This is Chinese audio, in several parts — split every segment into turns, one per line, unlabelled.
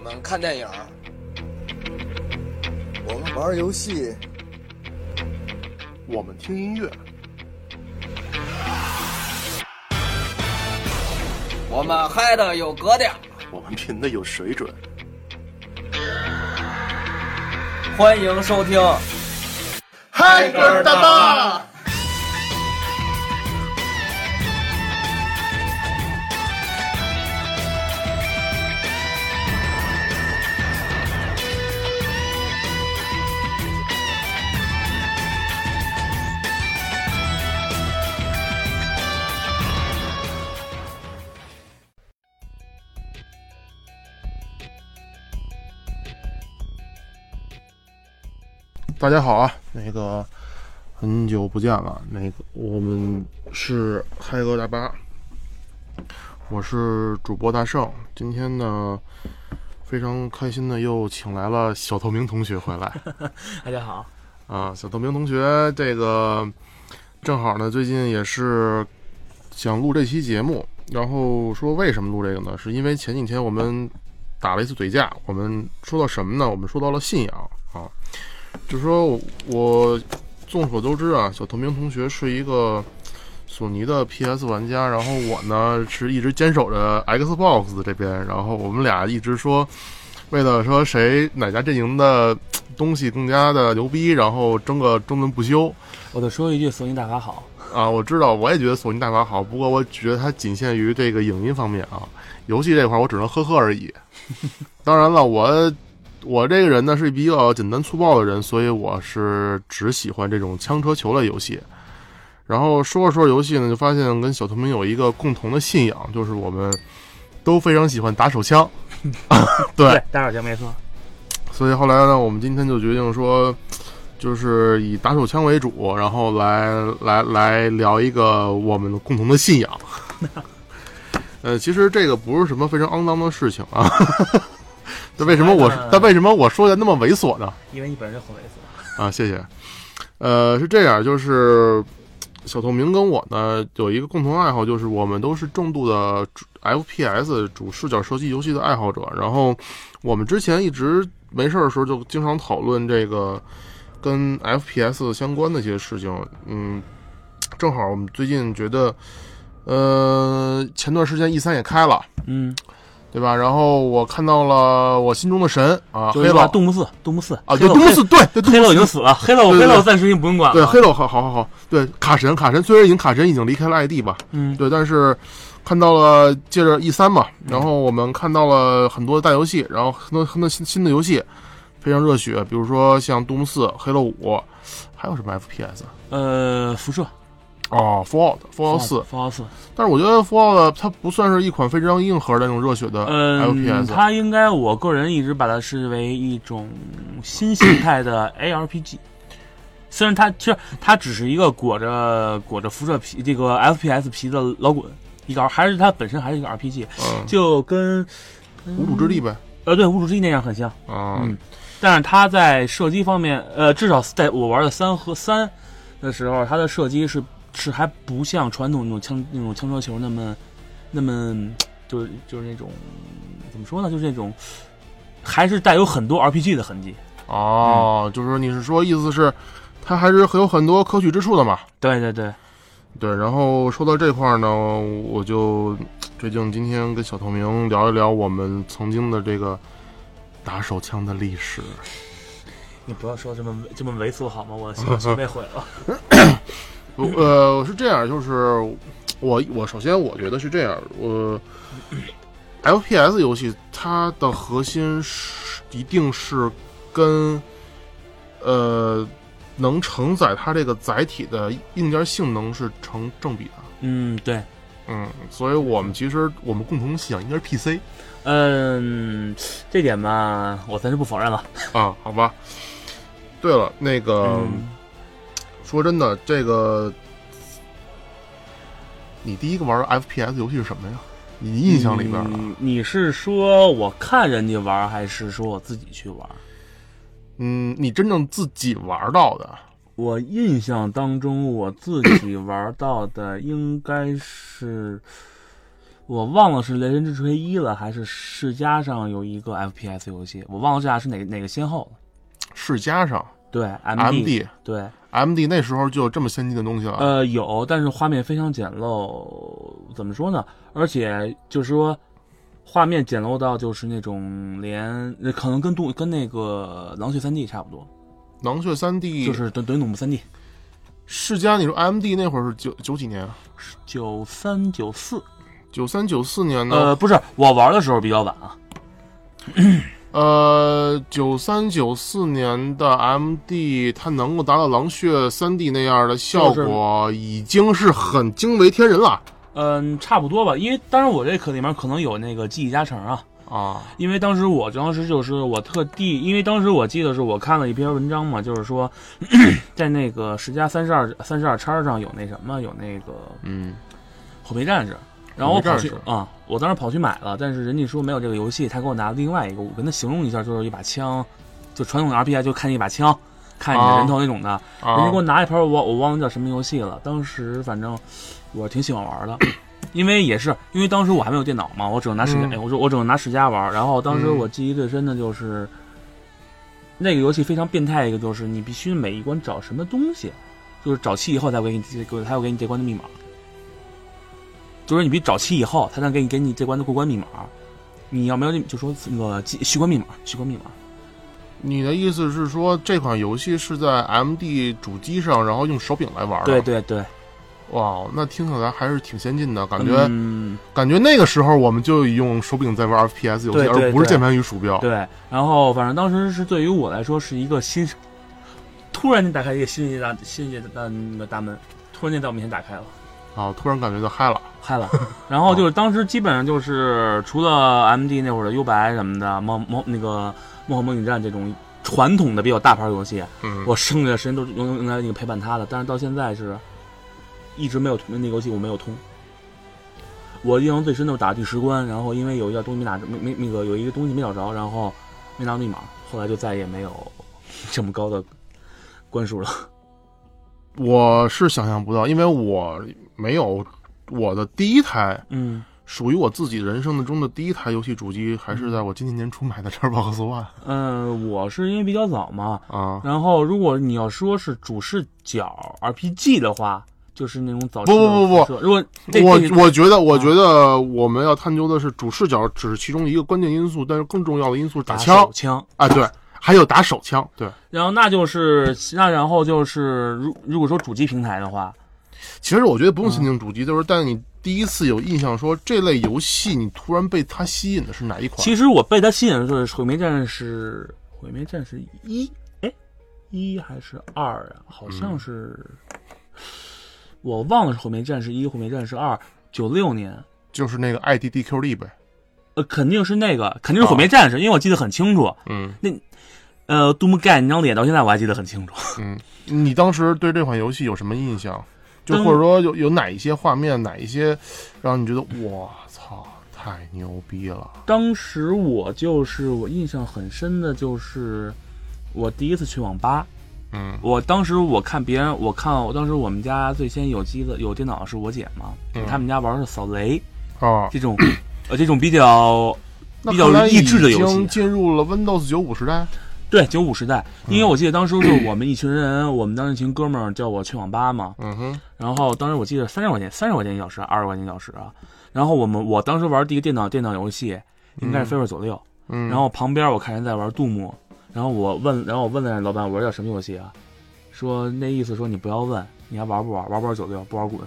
们看电影，
我们玩游戏，
我们听音乐，
我们嗨的有格调。
我们品的有水准。
欢迎收听，
嗨歌大大，大家好啊！那个很久不见了，那个我们是嗨歌大巴，我是主播大圣。今天呢，非常开心的又请来了小透明同学回来。
大家好，
啊，小透明同学，这个正好呢，最近也是想录这期节目，然后说为什么录这个呢？是因为前几天我们打了一次嘴架，我们说到什么呢？我们说到了信仰啊，就是说我我众所周知啊，小透明同学是一个索尼的 PS 玩家，然后我呢是一直坚守着 Xbox 这边，然后我们俩一直说。为了说谁哪家阵营的东西更加的牛逼，然后争个争论不休
我得说一句索尼大法好，
啊！我知道，我也觉得索尼大法好，不过我觉得它仅限于这个影音方面啊，游戏这块儿我只能呵呵而已。当然了，我我这个人呢是比较简单粗暴的人，所以我是只喜欢这种枪车球类游戏。然后说着说着游戏呢，就发现跟小透明有一个共同的信仰，就是我们都非常喜欢打手枪。 对，
大手枪没错，
所以后来呢，我们今天就决定说，就是以打手枪为主，然后来来来聊一个我们共同的信仰。 呃，其实这个不是什么非常肮脏的事情啊。 但为什么我
那
但为什么我说的那么猥琐呢？
因为你本身就很猥琐。
啊，谢谢。呃，是这样，就是小透明跟我呢有一个共同爱好，就是我们都是重度的主 FPS 主视角射击游戏的爱好者。然后我们之前一直没事儿的时候就经常讨论这个跟 FPS 相关的一些事情。嗯，正好我们最近觉得，呃，前段时间 E 三也开了。
嗯，
对吧？然后我看到了我心中的神啊，
就
黑
是
老
说杜牧寺，杜牧寺
啊，
黑
对，
老
杜牧寺，对对，
黑黑老已经死了，黑老
对
黑
对
老暂时已经不用管了。
对，黑豆好，好，好，好，对，卡神，卡神虽然已经卡神已经离开了 ID 吧，
嗯，
对，但是看到了借着 E 三嘛，然后我们看到了很多大游戏，然后很多很多新新的游戏非常热血，比如说像《杜牧四》《黑豆五》，还有什么 FPS 啊
呃，辐射，
哦，《Fallout》《Fallout 四》，
福奥四，
但是我觉得《Fallout》它不算是一款非常硬核的那种热血的
嗯，
FPS，
它应该我个人一直把它视为一种新形态 的 ARPG。虽然它其实它只是一个裹着裹着辐射皮这个 FPS 皮的老滚，一个还是它本身还是一个 RPG，
嗯，
就跟
无主之地呗，
呃对《无主之地》那样很像。
啊，
嗯但是它在射击方面，呃，至少在我玩的三和三的时候，它的射击是是还不像传统那种枪那种枪车球那么那么就是就是那种怎么说呢，就是那种还是带有 很多 RPG 的痕迹。
哦，就是说你是说意思是它还是很有很多可取之处的嘛？
对对对，
对，然后说到这块儿呢，我就决定今天跟小透明聊一聊我们曾经的这个打手枪的历史。
你不要说这么这么猥琐好吗？
嗯
我心心被毁了。
我呃，是这样，就是我我首先我觉得是这样，我 FPS 游戏它的核心是一定是跟呃能承载它这个载体的硬件性能是成正比的。
嗯，对，
嗯，所以我们其实我们共同信仰应该是 PC。
嗯，这点吧，我暂时不否认了。
啊，好吧。对了，那个、
嗯
说真的，这个你第一个玩的 FPS 游戏是什么呀？你印象里边儿的，啊
嗯你是说我看人家玩，还是说我自己去玩？
嗯，你真正自己玩到的，
我印象当中，我自己玩到的应该是，我忘了是《雷神之锤一》了，还是世嘉上有一个 FPS 游戏，我忘了这俩是哪哪个先后了。
世嘉上
对
MD
对，
MD 那时候就有这么先进的东西了。
呃，有，但是画面非常简陋，怎么说呢？而且就是说，画面简陋到就是那种连那可能跟杜跟那个《狼血三 D》差不多，
狼血三 D
就是等等于《努木三 D》
世嘉，你说 MD 那会儿是九九几年啊？
九三九四。
九三九四年呢？
呃，不是，我玩的时候比较晚啊。
呃，九三九四年的 MD，它能够达到狼血三 D 那样的效果，已经是很惊为天人了
嗯，差不多吧，因为当然我这可里面可能有那个记忆加成啊，
啊！
因为当时我当时就是我特地，因为当时我记得是我看了一篇文章嘛，就是说 在那个十加三十二三十二叉上有那什么有那个
嗯，
火焙战士，然后我跑去
火
啊
焙、
我当时跑去买了，但是人家说没有这个游戏，他给我拿了另外一个，我跟他形容一下，就是一把枪，就传统的 RPG 啊就看一把枪，看你的人头那种的，
啊
人家给我拿一盘我我忘了叫什么游戏了，当时反正我挺喜欢玩的，因为也是因为当时我还没有电脑嘛，我只能拿世嘉、
嗯
哎我说我只能拿世嘉玩。然后当时
嗯
我记忆最深的就是、那个游戏非常变态，一个就是你必须每一关找什么东西，就是找齐以后才会给你给才会给你这关的密码，就是你必须找齐以后，才能给你给你这关的过关密码。你要没有就说那个记虚关密码，虚关密码。
你的意思是说这款游戏是在 MD 主机上，然后用手柄来玩的？
对，对对，
哇，那听起来还是挺先进的，感觉、
嗯，
感觉那个时候我们就用手柄在玩 FPS 游戏，
对对
而不是
对
键盘与鼠标。
对，然后反正当时是对于我来说是一个新，突然间打开一个新世界大新世界的那个大门，突然间在我面前打开了，
啊，突然感觉到嗨了。
嗨了。然后就是当时基本上就是除了 M D 那会儿的幽白什么的，梦梦那个梦幻梦影战这种传统的比较大牌游戏，
嗯，
我剩下的时间都是用用来那个陪伴他的，但是到现在是一直没有那个游戏我没有通。我印象最深的是打第十关，然后因为有一样东西没打着，没没那个有一个东西没找着，然后没拿密码，后来就再也没有这么高的关数了。
我是想象不到，因为我没有我的第一台
嗯，
属于我自己人生的中的第一台游戏主机，还是在我今年年初买的 Xbox One
呃，我是因为比较早嘛，
啊。
然后如果你要说是主视角 RPG 的话，就是那种早期
不不不不
的辐射如果这
我
这啊
我觉得，我觉得我们要探究的是主视角只是其中一个关键因素，但是更重要的因素是打
打
枪
手嗯枪，
啊，对，还有打手枪，对。
然后那就是那然后就是如如果说主机平台的话，
其实我觉得不用
嗯
心情主机，就是但你第一次有印象说这类游戏，你突然被它吸引的是哪一款？
其实我被它吸引的就是《毁灭战士》，《毁灭战士》一，哎，一还是二啊？好像是，
嗯
我忘了是《毁灭战士一》《毁灭战士二》，九六年，
就是那个 IDDQD 呗，
呃，肯定是那个，肯定是《毁
啊
灭战士》因为我记得很清楚。
嗯
呃，杜牧盖那张脸到现在我还记得很清楚。
嗯。你当时对这款游戏有什么印象？就
当
或者说有有哪一些画面，哪一些让你觉得我操太牛逼了？
当时我就是我印象很深的就是我第一次去网吧，
嗯
我当时我看别人，我看我当时我们家最先有机子有电脑的是我姐嘛，
嗯
他们家玩的是扫雷
啊，
这种，呃，这种比较
那
比较
看来
励志的游戏
已经进入了 Windows 九五时代。
对九五时代，因为我记得当时是我们一群人，我们当时一群哥们儿叫我去网吧嘛，
嗯哼，
然后当时我记得三十块钱，三十块钱一小时，二十块钱一小时啊，然后我们我当时玩第一个电脑电脑游戏应该是飞 a 九六，
嗯，
然后旁边我看人在玩杜牧，然后我问，然后我问了老板，我说叫什么游戏啊？说那意思说你不要问，你还玩不玩？玩不玩九六？不玩滚。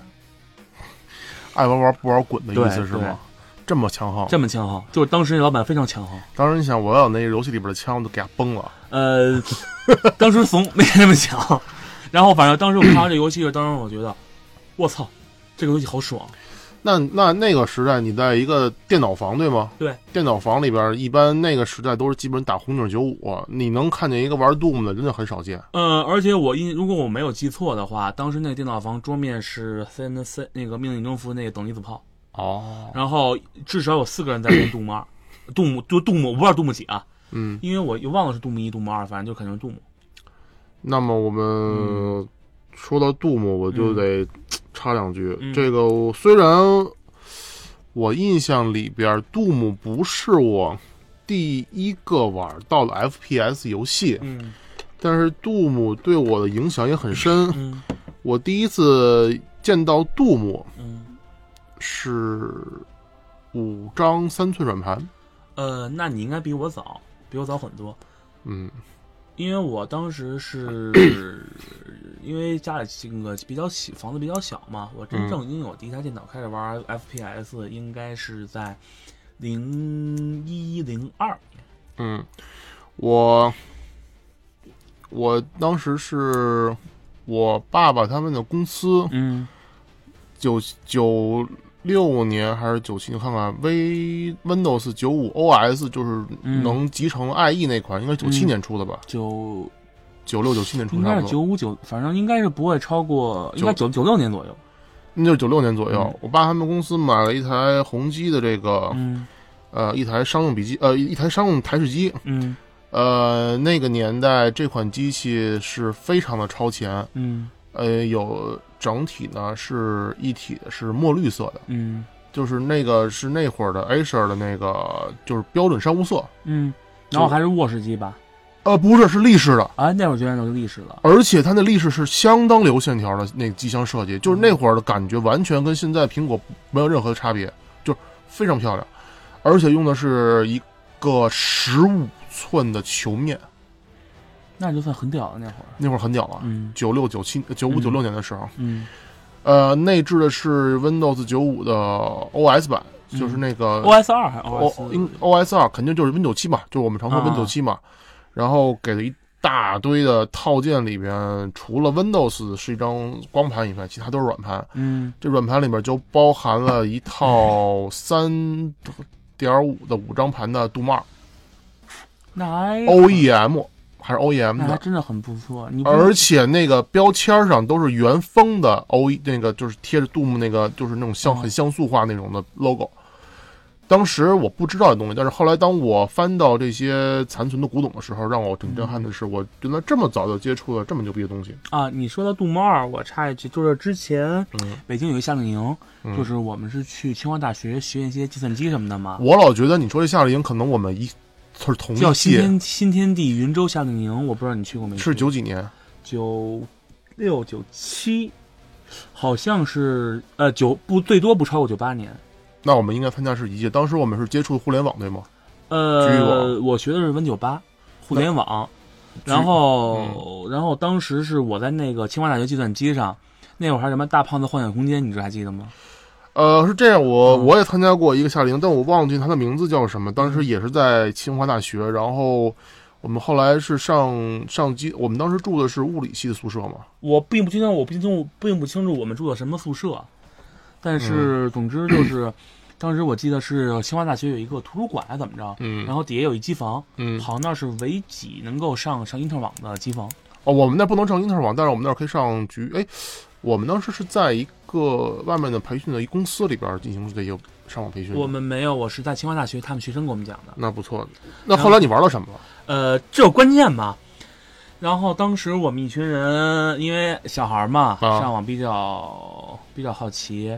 爱玩玩不玩滚的意思
对
是吗？这么强横，
这么强横，就是当时那老板非常强横。
当时你想，我要有那个游戏里边的枪，我都给它崩了。
呃， 当时怂没那么强，然后反正当时我看完这游戏，当时我觉得，我操，这个游戏好爽。
那那那个时代，你在一个电脑房对吗？
对，
电脑房里边一般那个时代都是基本打红警九五，你能看见一个玩 Doom 的真的很少见。
呃，而且我印，如果我没有记错的话，当时那个电脑房桌面是 CNC 那个命令征服那个等离子炮，
哦，
然后至少有四个人在玩杜牧二，杜牧就杜牧，我不知道杜牧几啊，
嗯，
因为我又忘了是杜牧一、杜牧二，反正就肯定是杜牧。
那么我们说到 Doom，我就得插两句。
嗯
这个我虽然我印象里边，杜牧不是我第一个玩到的 FPS 游戏，
嗯
但是杜牧对我的影响也很 深。
嗯
我第一次见到杜牧
嗯，
是五张三寸软盘，
呃，那你应该比我早，比我早很多，
嗯，
因为我当 时是因为家里这个比较小，房子比较小嘛，我真正拥有第一台电脑开始玩 FPS 应该是在零一零二，
嗯，我我当时是我爸爸他们的公司
嗯
九九六年还是九七年，看看 V Windows 九五 OS 就是
嗯
能集成 IE 那款，应该是九七
嗯
年出的吧？
九
九六九七年出
应该
差
是
不
九
多，
五九，反正应该是不会超过，应该九九六年左右，
那就是九六年左右。
嗯
我爸他们公司买了一台宏基的这个、
嗯
呃一台商用笔记呃一台商用台式机，
嗯
呃那个年代这款机器是非常的超前，
嗯
呃有整体呢是一体的是墨绿色的，
嗯
就是那个是那会儿的 Acer 的那个就是标准商务色。
嗯，然后
就
还是卧室机吧，
呃，不是，是立式的，
啊，那会儿觉得有历史了，
而且它那立式是相当流线条的那个机箱设计，就是那
嗯
会儿的感觉完全跟现在苹果没有任何差别，就是非常漂亮，而且用的是一个十五寸的球面，
那就算很屌了那会儿，
那会儿很屌啊，
嗯
九六九七九五
嗯
九六年的时候，
嗯
呃，内置的是 Windows 九五的 OS 版，
嗯
就是那个
，OS 二还是
O
OS，
应 OS 二肯定就是 Win 九七嘛，就是我们常说 Win
啊
九七嘛，然后给了一大堆的套件里边，除了 Windows 是一张光盘以外，其他都是软盘。
嗯
这软盘里边就包含了一套三点五的五张盘的杜曼
那还
哦 OEM 还是 E OEM
那还
的，
真的很不错，你不
而且那个标签上都是原封的 O E 那个就是贴着杜牧那个就是那种像
嗯
很像素化那种的 logo。当时我不知道这东西，但是后来当我翻到这些残存的古董的时候，让我挺震撼的是，我原来这么早就接触了这么牛逼的东西。
啊，你说到杜猫二，我插一句，就是之前
嗯
北京有一夏令营，
嗯
就是我们是去清华大学学一些计算机什么的嘛，
我老觉得你说这夏令营可能我们一是同
叫
一
新
届，
天新天地云州夏令营，我不知道你去过没去？
是九几年，
九六九七，好像是呃九不最多不超过九八年。
那我们应该参加是一届。当时我们是接触互联网对吗？局域
呃，
网
我学的是 Win 九八互
那
联网，
局
然后、然后当时是我在那个清华大学计算机上，那会儿还什么大胖子幻想空间，你知道还记得吗？
呃，是这样，我
嗯
我也参加过一个夏令营，但我忘记它的名字叫什么。当时也是在清华大学，然后我们后来是上上机，我们当时住的是物理系的宿舍嘛。
我并不清楚，我并不并不清楚我们住的什么宿舍，但是总之就是， 当时我记得是清华大学有一个图书馆还是怎么着，
嗯
然后底下有一机房，
嗯，
好像那是唯几能够上上英特尔网的机房。
哦，我们那不能上英特尔网，但是我们那儿可以上局。哎，我们当时是在一个外面的培训的一公司里边进行这些上网培训。
我们没有，我是在清华大学他们学生给我们讲的。
那不错。那后来你玩到什么了？
呃，这有关键嘛。然后当时我们一群人，因为小孩儿嘛，
啊
上网比较比较好奇，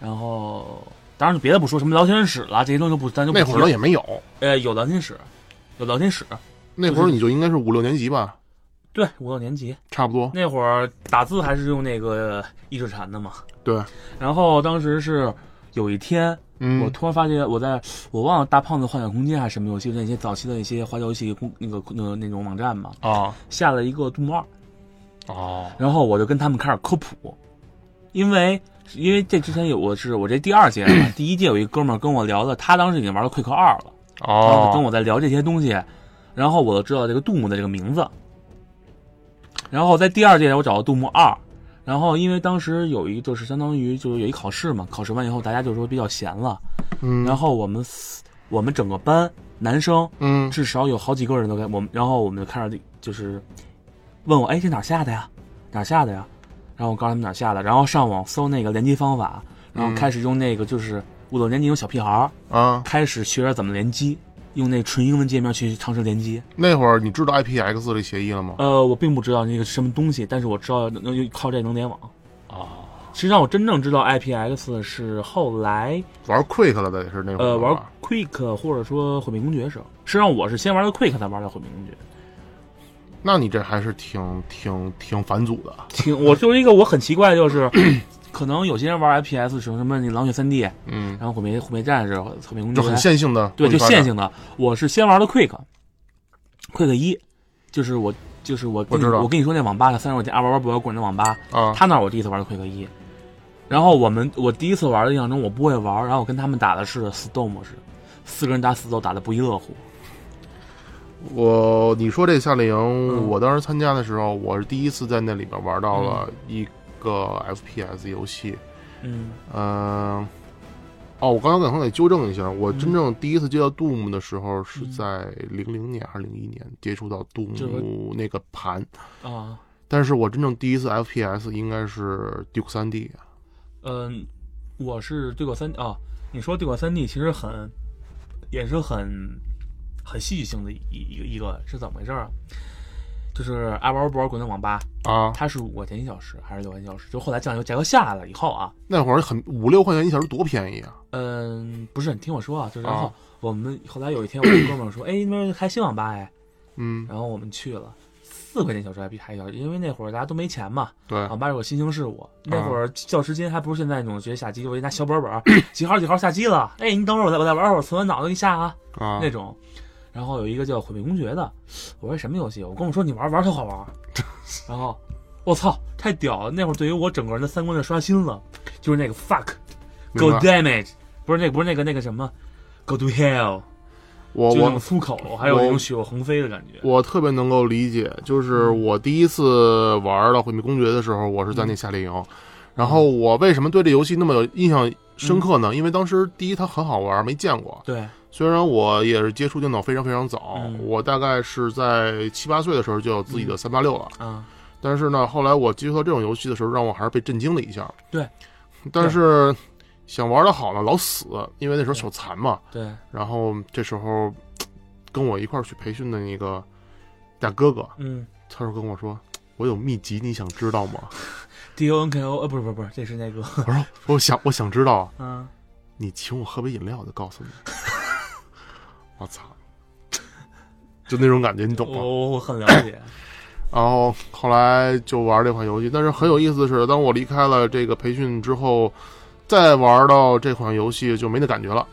然后当然别的不说，什么聊天室啦这些东西就不咱就不
那
提
会儿
了
也没有，
呃，有聊天室，有聊天室。
那会儿你就应该是五六年级吧，
对，五六年级
差不多。
那会儿打字还是用那个易志禅的嘛。
对，
然后当时是有一天，我
嗯，
突然发现我在我忘了大胖子幻想空间还是什么游戏，那些早期的一些花椒游戏公那个那个那种网站嘛，
啊
下了一个杜牧二，
哦，
然后我就跟他们开始科普，因为因为这之前有我是我这第二 届了嘛，第一届有一哥们儿跟我聊了，他当时已经玩了 Quick 二了。然后跟
哦，
我在聊这些东西，然后我就知道这个杜牧的这个名字。然后在第二届我找到杜牧二，然后因为当时有一就是相当于就是有一考试嘛，考试完以后大家就说比较闲了，
嗯
然后我们四我们整个班男生
嗯
至少有好几个人都在我们，然后我们就开始就是问我，哎，这哪儿下的呀？哪儿下的呀？然后我告诉他们哪儿下的，然后上网搜那个联机方法，然后开始用那个就是五六年级有小屁孩儿，
啊，
开始学着怎么联机，用那纯英文界面去尝试联机。
那会儿你知道 IPX 这协议了吗？
呃，我并不知道那个是什么东西，但是我知道能能靠这能联网。
啊，
实际上我真正知道 IPX 是后来
玩 Quick 了的也是那会儿
呃玩
吧
Quick 或者说毁灭公爵的时候，实际上我是先玩的 Quick，才玩的毁灭公爵。
那你这还是挺挺挺反祖的，
挺，我就是一个我很奇怪，就是可能有些人玩 FPS 什么什么，你狼血三 D，然
嗯，
后毁灭毁灭战士、毁灭公爵，
就很线性的，
对，就线。性的。我是先玩的 Quick，Quick 一，就是我就是我
我知道
跟你我跟你说那网吧的三十块钱二玩玩不摇滚的网吧，
啊，
他那儿我第一次玩的 Quick 一。然后我们我第一次玩的印象中我不会玩，然后我跟他们打的是死斗模式，四个人打死斗打的不亦乐乎。
我你说这夏令营，
嗯
我当时参加的时候，我是第一次在那里边玩到了一个 FPS 游戏，
嗯
嗯、哦，我刚刚可能得纠正一下，我真正第一次接到 Doom 的时候是在
嗯
零零年还是零一年接触到
就是
Doom 那个盘，
啊，
但是我真正第一次 FPS 应该是 Duke 三 D，
嗯，我是对过三啊，你说对过三 D 其实很，也是很很戏剧性的一一一个一个是怎么回事儿啊？就是爱玩不玩滚蛋网吧，
啊，
它是五块钱一小时还是六块钱一小时？就后来酱油价格下来了以后啊，
那会儿很五六块钱一小时多便宜啊！
嗯，不是你听我说啊，就是
啊
然后我们后来有一天我跟哥们儿说， 哎，那边开新网吧哎，
嗯，
然后我们去了，四块钱一小时还比还小，因为那会儿大家都没钱嘛，
对，
网吧有个新兴事物，那
啊
会儿教时间还不是现在那种直接下机，我一拿小本 本儿，几号几号下机了，哎，你等会儿我再我再玩会儿，存完脑子给你下啊
啊
那，种。然后有一个叫《毁灭公爵》的，我说什么游戏？我跟我说你玩玩特好玩，然后我操，太屌了！那会儿对于我整个人的三观的刷新了，就是那个 fuck
明
go
白
damage，不是那不是那个那个什么 go to hell，
我
就那种
我
粗口，还有
我
那种血肉横飞的感觉。
我特别能够理解，就是
嗯
我第一次玩到《毁灭公爵》的时候，我是在那夏令
嗯
营。然后我为什么对这游戏那么有印象深刻
嗯
呢？因为当时第一它很好玩，没见过。
对，
虽然我也是接触电脑非常非常早，
嗯
我大概是在七八岁的时候就有自己的三八六了。
啊，
但是呢，后来我接触到这种游戏的时候，让我还是被震惊了一下。
对，
但是想玩的好呢，老死，因为那时候手残嘛。
对，
然后这时候跟我一块儿去培训的那个大哥哥，
嗯
他说跟我说。我有秘籍，你想知道吗？
，D O N K O，呃，不是不是不是，这是那个，
我说，我想，我想知道啊。
嗯。
你请我喝杯饮料，我就告诉你。 我操，就那种感觉，你懂吗？
我我很了解，
然后后来就玩这款游戏，但是很有意思的是，当我离开了这个培训之后，再玩到这款游戏就没那感觉了。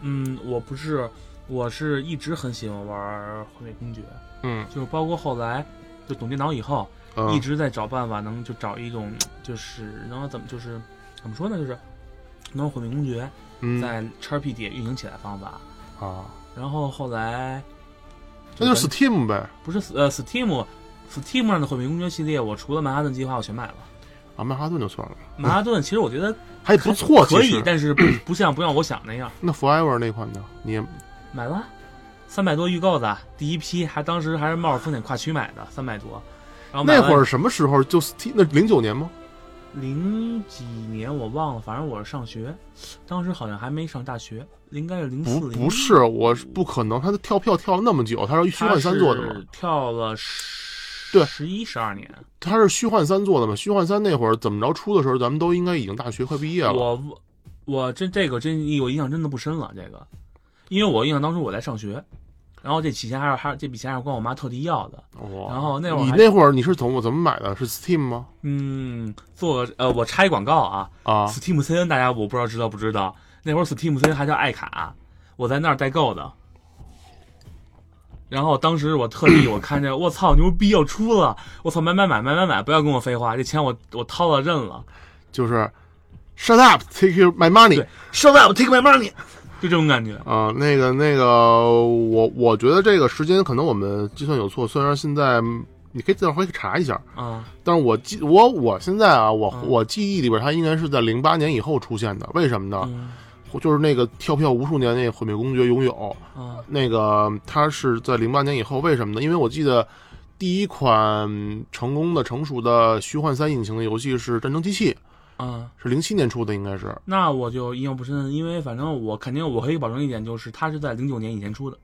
嗯，我不是，我是一直很喜欢玩《毁灭公爵》，
嗯
就是包括后来就懂电脑以后，一直在找办法能就找一种就是能怎么就是怎么说呢，就是能让《毁灭公爵
嗯》
在 XP 底下运行起来的方法。
啊，
然后后来
那就 Steam 呗
不是呃 Steam Steam 上的《毁灭公爵》系列，我除了曼哈顿计划我全买了。
啊，曼哈顿就算了，
曼哈顿其实我觉得
还不错，
可
其
以
实，
但是不不像不像我想那样。
那 Forever 那款呢？你
哦
也
买了，三百多预购的第一批，还当时还是冒着风险跨区买的，三百多。然后买
那
完
会儿什么时候？就 Steam 那零九年吗？
零几年我忘了，反正我是上学，当时好像还没上大学，应该是零四
不，
零
不是，我是不可能，他的跳票跳了那么久，他是虚幻三做的嘛？，
跳了十
对
十一十二年，
他是虚幻三做的嘛？虚幻三那会儿怎么着出的时候，咱们都应该已经大学快毕业了。
我我这这个真我印象真的不深了，这个，因为我印象当时我在上学，然后这笔钱还是还这笔钱还是管我妈特地要的，
哇
然后那会儿
你
还
那会儿你是怎么怎么买的？是 Steam 吗？
嗯，做呃我插一广告啊，
啊
Steam CN 大家我不知道知道不知道，那会儿 Steam CN 还叫爱卡，我在那儿代购的。然后当时我特地我看见我操牛逼要出了，我操买买买买买买，不要跟我废话，这钱我我掏了认了，
就是 Shut up, take your my money
对。，Shut up, take my money，就这种感觉。
啊、那个那个，我我觉得这个时间可能我们计算有错，虽然现在嗯你可以再回去查一下，
啊
但是我记我我现在啊，我、
嗯
我记忆里边它应该是在零八年以后出现的，为什么呢？
嗯
就是那个跳票无数年那个毁灭公爵拥有，
啊
那个它是在零八年以后，为什么呢？因为我记得第一款成功的成熟的虚幻三引擎的游戏是《战争机器》，
啊！
是零七年出的，应该是
那我就印象不深，因为反正我肯定我可以保证一点，就是它是在零九年以前出的，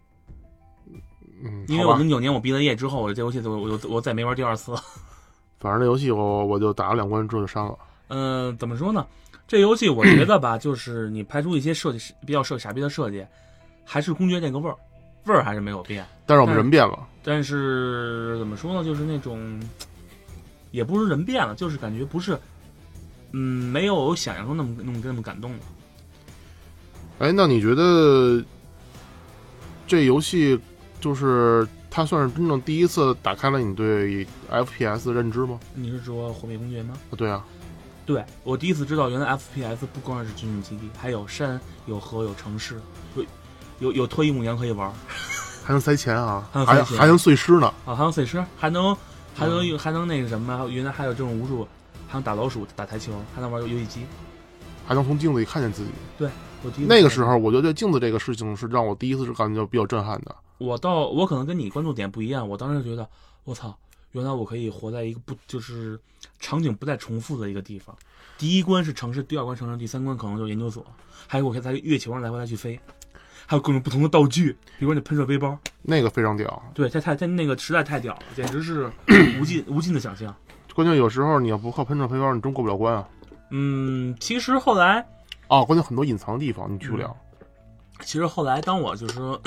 嗯，
因为
好
我
吧
零九年我毕了业之后，我这游戏就我我我再没玩第二次了。
反正那游戏我我就打了两关之后就删了。
嗯，怎么说呢？这游戏我觉得吧，就是你排除一些设计比较设傻逼的设计，还是公爵那个味儿，味儿还是没有变。
但是我们
但
人变了，
但是怎么说呢，就是那种，也不是人变了，就是感觉不是，嗯，没有想象中那么那么那么感动了。
哎，那你觉得这游戏就是它算是真正第一次打开了你对 FPS 的认知吗？
你是说《火灭公爵》吗？
啊，对啊，
对我第一次知道，原来 FPS 不光是军事基地，还有山、有河、有城市，有有有脱衣牧羊可以玩儿
还能塞钱啊，
还能
还
塞钱
还能碎尸呢。
啊，还有碎尸，还能还
嗯
能、还能那个什么，原来还有这种武术，还能打老鼠、打台球，还能玩游戏机。
还能从镜子里看见自己，
我第一次
那个
看
时，候我觉得对镜子这个事情是让我第一次是感觉到比较震撼的。
我到我可能跟你关注点不一样，我当时觉得我操，原来我可以活在一个不就是场景不再重复的一个地方。第一关是城市，第二关城市，第三关可能就是研究所，还有我可以在月球上来回来去飞，还有各种不同的道具，比如说那喷射背包。
那个非常屌，
对，他太他那个实在太屌了，简直是无尽无尽的想象。
关键有时候你要不靠喷射飞镖，你真过不了关啊！
嗯，其实后来，
啊，关键很多隐藏地方你去不了、
其实后来，当我就是说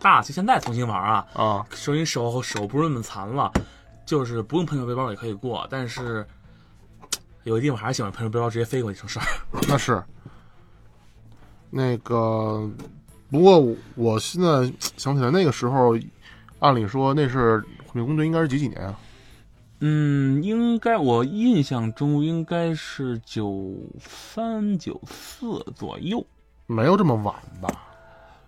大就现在重新玩啊，
啊。
所以手手不是那么残了，就是不用喷射背包也可以过，但是有的地方还是喜欢喷射背包直接飞过去成事儿。
那是，那个，不过我我现在想起来那个时候，按理说那是《毁灭公爵》应该是几几年啊？
嗯，应该我印象中应该是九三九四左右，
没有这么晚吧？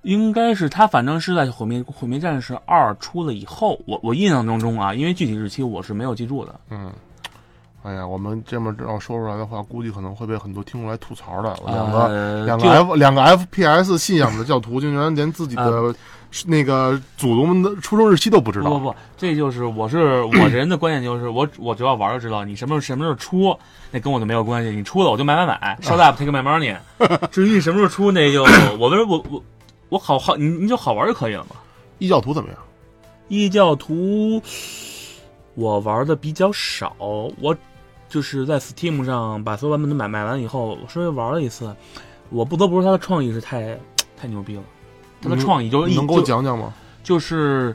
应该是他，反正是在《毁灭毁灭战士二》出了以后，我我印象当中啊，因为具体日期我是没有记住的。
嗯，哎呀，我们这么要说出来的话，估计可能会被很多听众来吐槽的。我两个、
呃
两个
这
F 两个 FPS 信仰的教徒，竟然连自己的是那个祖宗们的出生日期都不知
呃不不
道。
不，这就是我是我这人的观点就是我我只要玩就知道，你什么时候什么时候出，那跟我就没有关系，你出了我就买买买，shut up take my money。至于你什么时候出，那就我为什么我我我好好你你就好玩就可以了嘛。
异教徒怎么样？
异教徒我玩的比较少，我就是在 Steam 上把所有版本都买买完以后，我稍微玩了一次，我不得不说他的创意是太太牛逼了，他的
你
创意就
你
是
能给我讲讲吗？
就是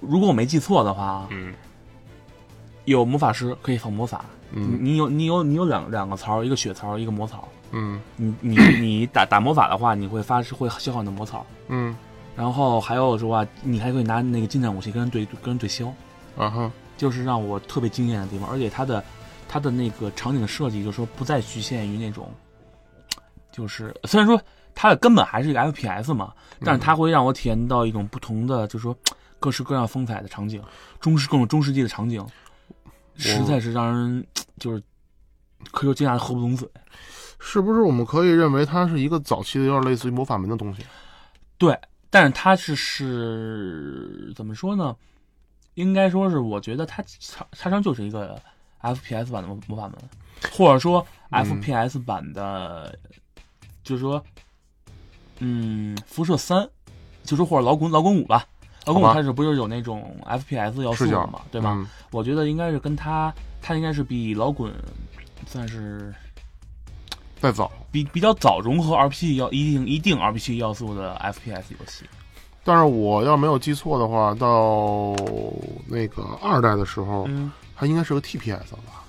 如果我没记错的话啊，
嗯
有魔法师可以放魔法，
嗯
你你有你有你有两两个槽，一个血槽，一个魔槽。
嗯
你 你你打打魔法的话，你会发会消耗你的魔槽，
嗯
然后还有的话，你还可以拿那个近战武器跟人对跟人对消，
啊哈
就是让我特别惊艳的地方。而且它的它的那个场景的设计，就是说不再局限于那种，就是虽然说它的根本还是一个 FPS 嘛，但是它会让我体验到一种不同的，就是说各式各样风采的场景，中世各种中世纪的场景，实在是让人就是可说惊讶的合不拢嘴。
是不是我们可以认为它是一个早期的有点类似于魔法门的东西？
对，但是它是是怎么说呢？应该说是，我觉得它它它上就是一个 FPS 版的魔魔法门，或者说
嗯
FPS 版的，就是说，嗯，辐射三，就说或者老滚老滚五吧。老滚
好
五
吧
开始不就是有那种 FPS 要素
视角
了嘛，哦对吧？
嗯
我觉得应该是跟它，它应该是比老滚算是
再早，
比比较早融合 RPG 要一定一定 RPG 要素的 FPS 游戏。
但是我要没有记错的话，到那个二代的时候，
嗯，
它应该是个 TPS 吧？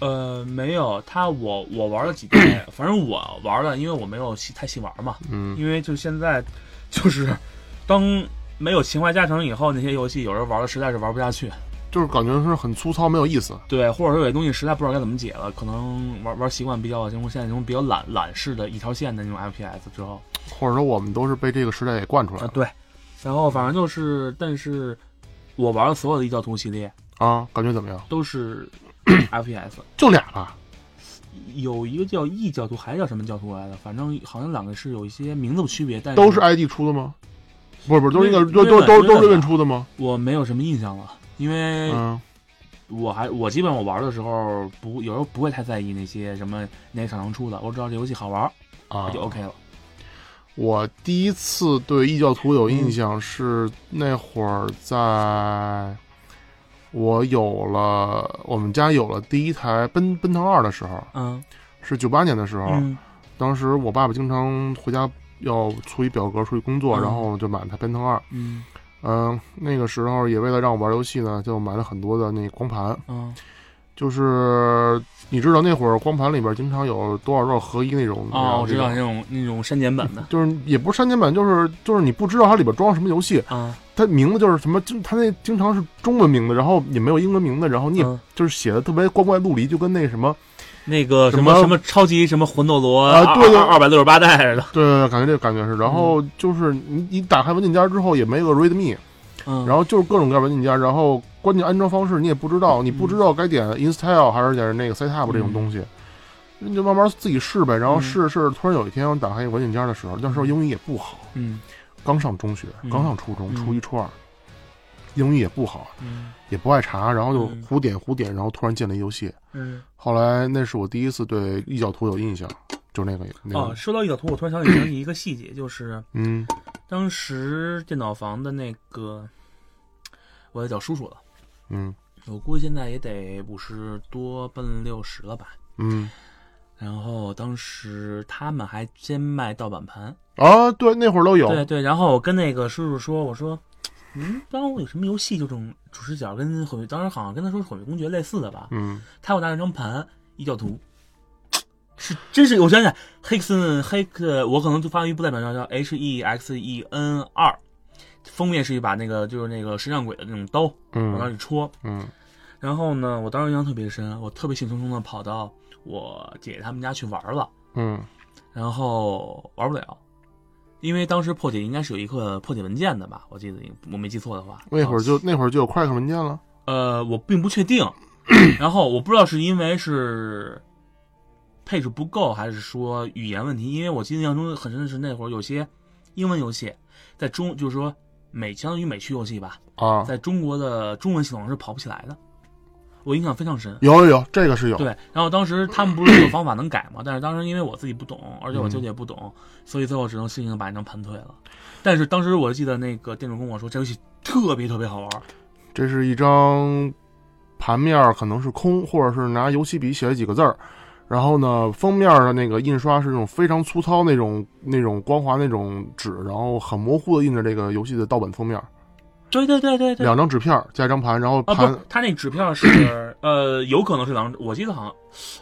呃，没有，他我我玩了几 代，反正我玩了，因为我没有细太细玩嘛，
嗯
因为就现在就是当没有情怀加成以后，那些游戏有人玩的实在是玩不下去，
就是感觉是很粗糙，没有意思。
对，或者说有些东西实在不知道该怎么解了，可能玩玩习惯比较这种现在这种比较懒懒式的一条线的那种 FPS 之后，
或者说我们都是被这个时代给惯出来
啊
的
对，然后反正就是，但是我玩的所有的异教徒系列
啊，感觉怎么样？
都 是 FPS，
就俩吧，
有一个叫异教徒，还是叫什么教徒来的？反正好像两个是有一些名字区别，但是
都是 ID 出的吗？不是不是，都是一个
瑞
都都都
瑞本
都是
瑞
瑞
本
本出的吗？
我没有什么印象了，因为
嗯，
我还我基本我玩的时候不有时候不会太在意那些什么哪个厂商出的，我只要这游戏好玩
啊
就 OK 了。
我第一次
嗯
对异教徒有印象是那会儿在我有了我们家有了第一台奔奔腾二的时候，
嗯
是九八年的时候，
嗯
当时我爸爸经常回家要出一表格出去工作，
嗯
然后就买了台奔腾二。
嗯
嗯，那个时候也为了让我玩游戏呢，就买了很多的那光盘。
嗯
就是你知道那会儿光盘里边经常有多少多少合一那种
哦，我知道
那
那
种
种那种删减版的
就是也不是删减版，就是就是你不知道它里边装什么游戏，
啊，
它名字就是什么，就它那经常是中文名字，然后也没有英文名字，然后你也
嗯
就是写的特别光怪陆离，就跟那什么，
那个
什
什么
么
什么超级什么魂斗罗
啊对对
二百六十八代似的，
对，感觉这个感觉是。然后就是你你打开文件夹之后也没有个 readme，
嗯，
然后就是各种各样文件夹，啊然后关键安装方式你也不知道，你不知道该点 install 还是点那个 setup 这种东西，你就慢慢自己试呗。然后
嗯
试着试着，突然有一天我打开一个文件夹的时候，那时候英语也不好，
嗯
刚上中学，
嗯
刚上初中，
嗯
初一初二，英语也不好，
嗯
也不爱查，然后就
嗯
胡点胡点，然后突然进了一游戏。
嗯。
后来那是我第一次对异教徒有印象，就那个那
哦，
个，
说到异教徒，我突然想起想起一个细节，就是
嗯
当时电脑房的那个，我也叫叔叔了，
嗯
我估计现在也得五十多奔六十了吧。
嗯。
然后当时他们还先卖盗版盘，
啊，对，那会儿都有，
对对。然后我跟那个叔叔说，我说，嗯，当有什么游戏就这种主视角跟毁灭，当时好像跟他说是毁灭公爵类似的吧。
嗯，
他给我拿了张盘，异教徒，是真是我想想，黑森黑克，我可能就发音不代表叫叫 H E X E N 二，封面是一把那个就是那个神像鬼的那种刀往那
嗯
里戳。
嗯
然后呢，我当时印象特别深，我特别兴冲冲的跑到我姐他们家去玩了，
嗯
然后玩不了。因为当时破解应该是有一个破解文件的吧，我记得我没记错的话，
那会儿
哦
就那会儿就有快克文件了，
呃，我并不确 定。然后我不知道是因为是配置不够，还是说语言问题。因为我印象中很深的是那会儿有些英文游戏在中，就是说美相当于美区游戏吧，
啊，
哦在中国的中文系统是跑不起来的。我印象非常深。
有有有，这个是有，
对，然后当时他们不是有方法能改吗？但是当时因为我自己不懂，而且我舅舅也不懂，所以最后只能悻悻地把那张盘退了。但是当时我记得那个店主跟我说，这游戏特别特别好玩儿。
这是一张盘面儿可能是空，或者是拿油漆笔写了几个字儿，然后呢，封面儿的那个印刷是那种非常粗糙那种那种光滑那种纸，然后很模糊的印着这个游戏的盗版封面儿，
对对对对对，
两张纸片儿加一张盘，然后
啊
盘
不，他那纸票是呃，有可能是两张，我记得好像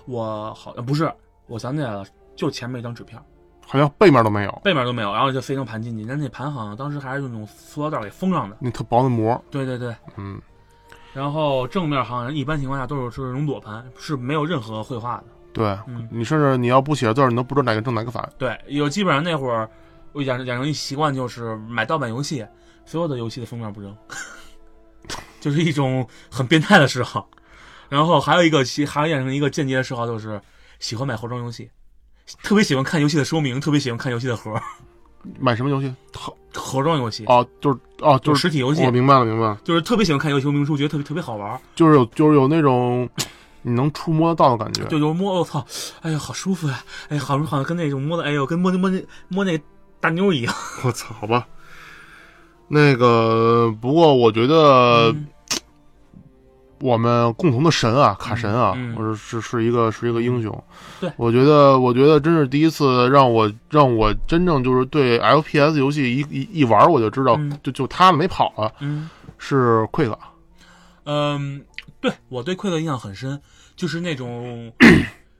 我好呃像不是，我想起来了，就前面一张纸票，
好像背面都没有，
背面都没有，然后就飞成盘进去，但那盘好像当时还是用那种塑料袋给封上的，
那特薄的膜，
对对对，
嗯，
然后正面好像一般情况下都是是那种裸盘，是没有任何绘画的，
对。
嗯，
你甚至你要不写字儿，你都不知道哪个正哪个反。
对，有基本上那会儿我养成养成一习惯就是买盗版游戏，所有的游戏的封面不扔， 就是一种很变态的嗜好。然后还有一个其还养成一个间接的嗜好，就是喜欢买盒装游戏，特别喜欢看游戏的说明，特别喜欢看游戏的盒
买什么游戏？好
盒装游戏，
哦，就是哦，
就
就是是
实体游戏
我、，明白了，明白了。
就是特别喜欢看游戏说明书，觉得特别特别好玩，
就是有就是有那种你能触摸得到的感觉。
就就摸我操，哎呀好舒服呀、哎好好像跟那种摸的，哎呦跟摸摸那摸那大妞一样。
我操，好吧。那个，不过我觉得
嗯
我们共同的神啊，卡神啊，
嗯
我是是是一个是一个英雄。
对
我觉得我觉得真是第一次让我让我真正就是对 FPS 游戏一一一玩我就知道，
嗯
就就他没跑了，
嗯。
是 Quick
嗯，对我对奎克印象很深，就是 那种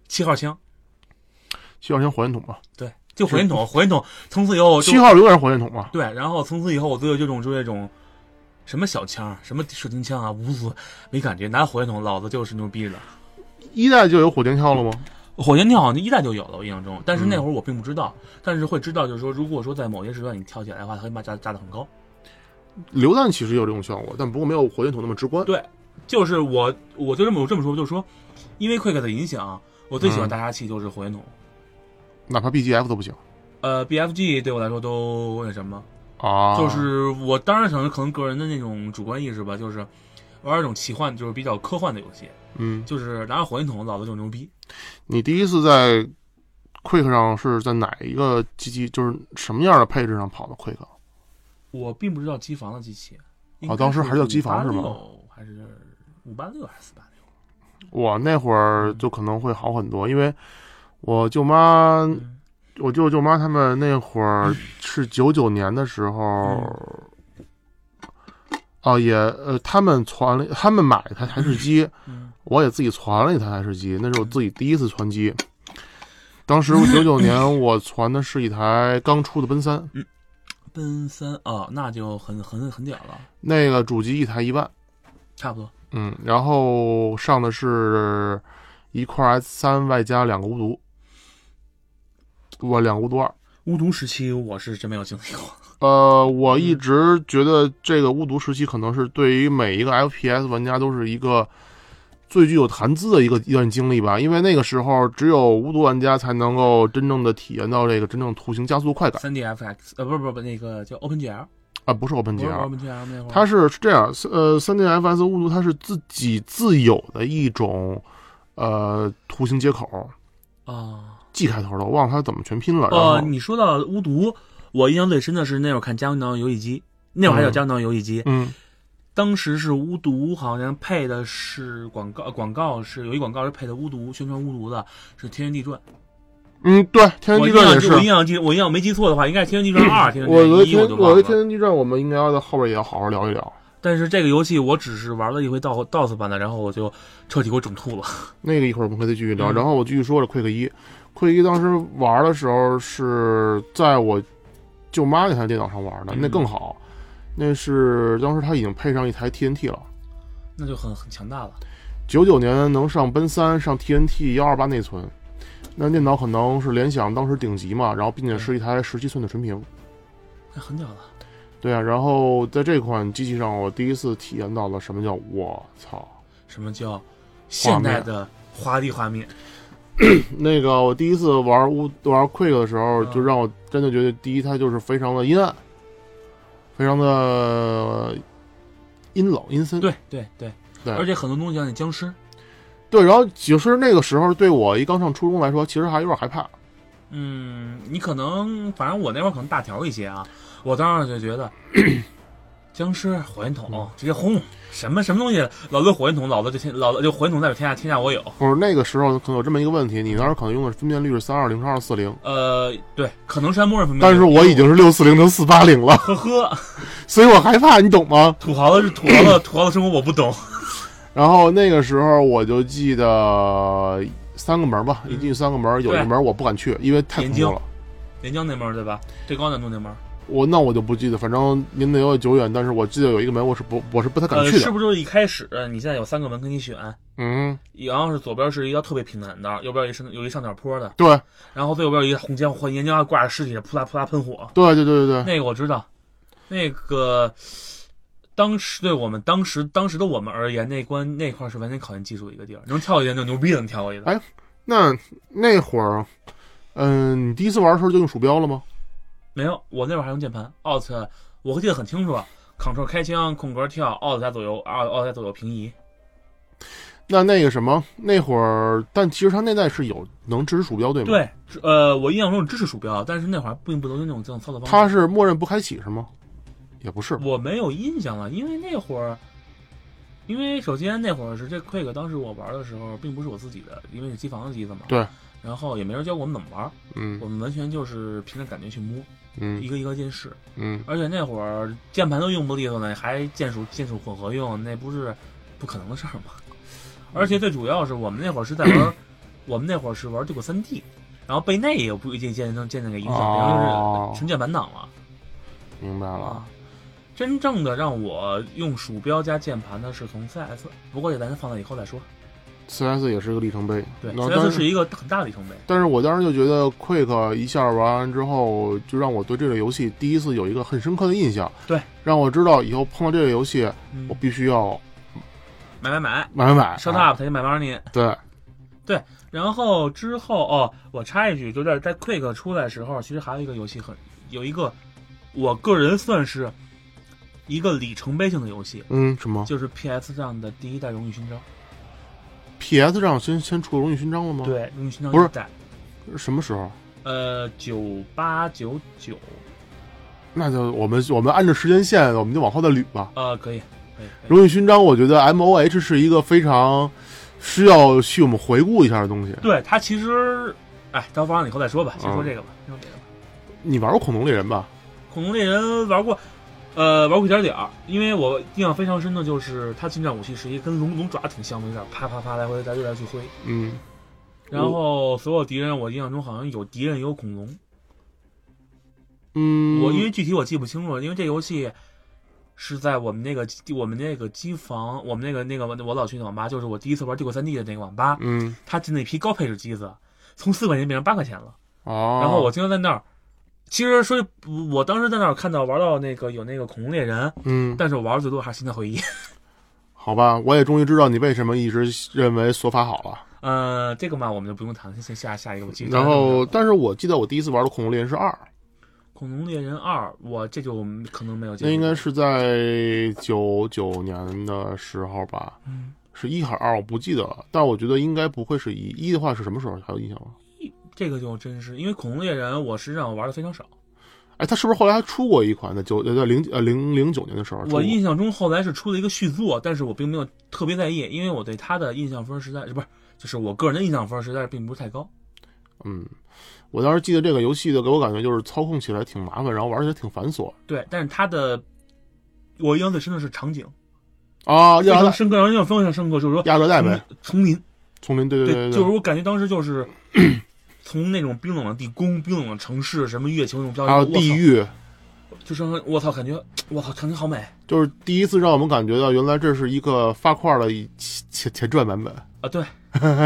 七号枪，
七号型火箭筒嘛，
对，就火箭筒，火箭筒。从此以后我就
七号永远是火箭筒嘛，
对，然后从此以后我对这种就这种什么小枪、什么射钉枪啊，无所没感觉，拿火箭筒老子就是牛逼的。
一代就有火箭跳了吗？
火箭跳好像一代就有了，我印象中，但是那
嗯
会儿我并不知道，但是会知道，就是说，如果说在某些时段你跳起来的话，它会把炸炸得很高。
榴弹其实有这种效果，但不过没有火箭筒那么直观。
对，就是我，我就这么我这么说，就是说，因为 Quick 的影响，啊我最喜欢
嗯
大杀器就是火箭筒。
哪怕 BGF 都不行
呃，BFG 对我来说都那什么，
啊，
就是我当然可能可能个人的那种主观意识吧，就是玩那种奇幻，就是比较科幻的游戏，
嗯，
就是拿着火箭筒，老子就牛逼。
你第一次在 Quick 上是在哪一个机器，就是什么样的配置上跑的 Quick？
我并不知道机房的机器，
哦当时还是叫机房是吧
吗？还是五八六还是四八六？
我那会儿就可能会好很多，因为我舅妈、
嗯
我舅舅妈他们那会儿是九九年的时候，哦、也呃，他们传了，他们买了一台台式机，
嗯
我也自己传了一台台式机，那是我自己第一次传机。当时九九年我传的是一台刚出的奔三，
奔三啊，那就很很很屌了，
那个主机一台一万，
差不多。
嗯，然后上的是一块 S 三外加两个无毒，我两个无毒二。
巫毒时期我是真没有经历过，
呃，我一直觉得这个巫毒时期可能是对于每一个 FPS 玩家都是一个最具有谈资的一个一段经历吧，因为那个时候只有巫毒玩家才能够真正的体验到这个真正图形加速的快感
三 DFX 呃，不是不是不是那个叫 OpenGL，
啊，不是 Open
不是
GL，
OpenGL 那会儿，
它是是这样，呃，三 DFS 巫毒它是自己自有的一种呃图形接口，
啊
G 开头的，我忘了它怎么全拼了。然后
呃，你说到巫毒，我印象最深的是那会儿看《家用党游戏机》，那会儿还有《家用党游戏机》
嗯
当时是巫毒，好像配的是广告，呃广告是有一广告是配的巫毒，宣传巫毒的是《天旋地转》。
嗯，对，《天
我
元
印
地转》也
象记我印
是。
象记，我印象没记错的话，应该是《天旋地转二》 《天
我
旋
觉得
地转一》，
天，我
我就忘
觉得《天
了。
元地转》我们应该要在后边也要好好聊一聊。
但是这个游戏我只是玩了一回 DOS DOS 版的，然后我就彻底给我整吐了。
那个一会儿我们可以再继续聊。
嗯
然后我继续说了 Quick 一，Quick 一当时玩的时候是在我舅妈那台电脑上玩的，
嗯
那更好。那是当时它已经配上一台 TNT 了，
那就很很强大了。
九九年能上奔三，上 TNT 幺二八内存。那电脑可能是联想当时顶级嘛，然后并且
嗯
是一台十七寸的纯屏。
那很屌了，
对啊，然后在这款机器上，我第一次体验到了什么叫“我操
什么叫现代的华丽画面？”。
那个我第一次玩乌玩 Quick 的时候，
嗯
就让我真的觉得，第一它就是非常的阴暗，非常的阴冷阴森。
对对对，
对
而且很多东西像那僵尸，
对，然后其实那个时候对我一刚上初中来说，其实还有点害怕。
嗯，你可能反正我那会儿可能大条一些啊，我当时就觉得 僵尸火焰筒、
嗯
直接轰，什么什么东西，老子火焰筒，老子就天，老子就火焰筒代表天下，天下我有。
我说那个时候可能有这么一个问题，你当时可能用的分辨率是三二零乘二四零，
呃，对，可能是按默认分辨
但
率，
是我已经是六四零乘四八零了，
呵呵，
所以我害怕，你懂吗？
土豪的是土 豪的土豪的生活我不懂。
然后那个时候我就记得三个门
嗯
吧，一进三个门，有一
对
个门我不敢去，因为太恐
眼
怖
睛
了。
连江那门儿对吧？最高难度那门儿，
我那我就不记得，反正您得有点久远，但是我记得有一个门我是不我是不太敢
呃，
去
是
的。
不是就是一开始你现在有三个门给你选？
嗯，
然后是左边是一道特别平坦的，右边有一上有一上点坡的，
对
然后最右边有一个红江，红岩浆挂着尸体，扑啦扑啦喷火。
对对对对对，
那个我知道，那个当时对我们当时当时的我们而言，那关那块儿是完全考验技术的一个地儿，能跳一点就牛逼了，能跳过去的。
哎那那会儿，嗯、你第一次玩的时候就用鼠标了吗？
没有，我那会儿还用键盘，Alt，我记得很清楚，Ctrl 开枪，空格跳，Alt 加左右，Alt 啊加左右平移。
那那个什么，那会儿，但其实它那代是有能支持鼠标对吗？，
对，呃，我印象中支持鼠标，但是那会儿并不流行那种这种操作方式。
它是默认不开启是吗？也不是吧，
我没有印象了，因为那会儿，因为首先那会儿是这 Quick，当时我玩的时候并不是我自己的，因为是机房的机子嘛。
对。
然后也没人教我们怎么玩，
嗯
我们完全就是凭着感觉去摸，一
嗯
个一个键试。
嗯，
而且那会儿键盘都用不利索呢，还键鼠键鼠混合用，那不是不可能的事儿吗？而且最主要是我们那会儿是在玩，我们那会儿是玩这个三 D，然后被那也不一定渐渐渐渐给影响，然后
哦
就是纯键盘党了。
明白了
啊。，真正的让我用鼠标加键盘的是从 CS，不过这咱放到以后再说。
CS 也是一个里程碑，
对
然后当
，CS
时
是一个很大的里程碑。
但是我当时就觉得 Quick 一下玩完之后，就让我对这个游戏第一次有一个很深刻的印象。
对，
让我知道以后碰到这个游戏，
嗯
我，必须要
买买买
买买买。
，shut
啊
up，他就买 money。
对，
然后之后哦，我插一句，就在在 Quick 出来的时候，其实还有一个游戏很有一个，我个人算是一个里程碑性的游戏，
嗯，什么
就是 PS 上的第一代荣誉勋章。
PS 上先先出荣誉勋章了吗？，
对，荣誉勋章
哦不是
一代，
什么时候？
呃，九八九九，
那就我们我们按照时间线，我们就往后再捋吧。
呃，可以，
荣誉勋章，我觉得 M O H 是一个非常需要去我们回顾一下的东西。
对他其实，哎，到放完了以后再说吧，
嗯
先说这个吧，先说这个吧。
你玩过恐龙猎人吧？
恐龙猎人玩过，呃，玩过一点点儿，因为我印象非常深的就是他近战武器是一个跟龙龙爪挺像的，有点啪啪啪来回来来来去挥。
嗯，
然后所有敌人，我印象中好像有敌人也有恐龙，
嗯，
我因为具体我记不清楚了，因为这游戏是在我们那个我们那个机房，我们那个那个我老去那网吧，就是我第一次玩《帝国三 D》的那个网吧，
嗯
他进了一批高配置机子，从四块钱变成八块钱了。
哦，
然后我经常在那儿，其实说我当时在那儿看到玩到那个有那个恐龙猎人，
嗯，
但是我玩的最多还是新的回忆。
好吧，我也终于知道你为什么一直认为索法好了。
呃，这个嘛我们就不用谈，了，先下下一个我记得。
然后，但是我记得我第一次玩的恐龙猎人是二，
恐龙猎人二，我这就可能没有见
那
过。
应该是在九九年的时候吧，
嗯
是一还是二我不记得了，但我觉得应该不会是一。一的话是什么时候？还有印象吗？
这个就真是因为恐龙猎人，我实际上玩的非常少。
哎，他是不是后来还出过一款的九呃零呃零零九年的时候出过？
我印象中后来是出了一个续作，但是我并没有特别在意，因为我对他的印象分实在不是，就是我个人的印象分实在是并不是太高。
嗯，我当时记得这个游戏的给我感觉就是操控起来挺麻烦，然后玩起来挺繁琐
对，但是他的我印象最深的是场景，
啊。
非
亚热
常
带，
深刻，然后印象非常深刻，就是说
亚热带呗，
丛林，
丛林，对对
嗯就是我感觉当时就是 从那种冰冷的地宫、冰冷的城市、什么月球那种飘
还有地，狱，
我操就是我操，感觉我操，场景好美
就是第一次让我们感觉到原来这是一个发块的一前前传版本，
啊！对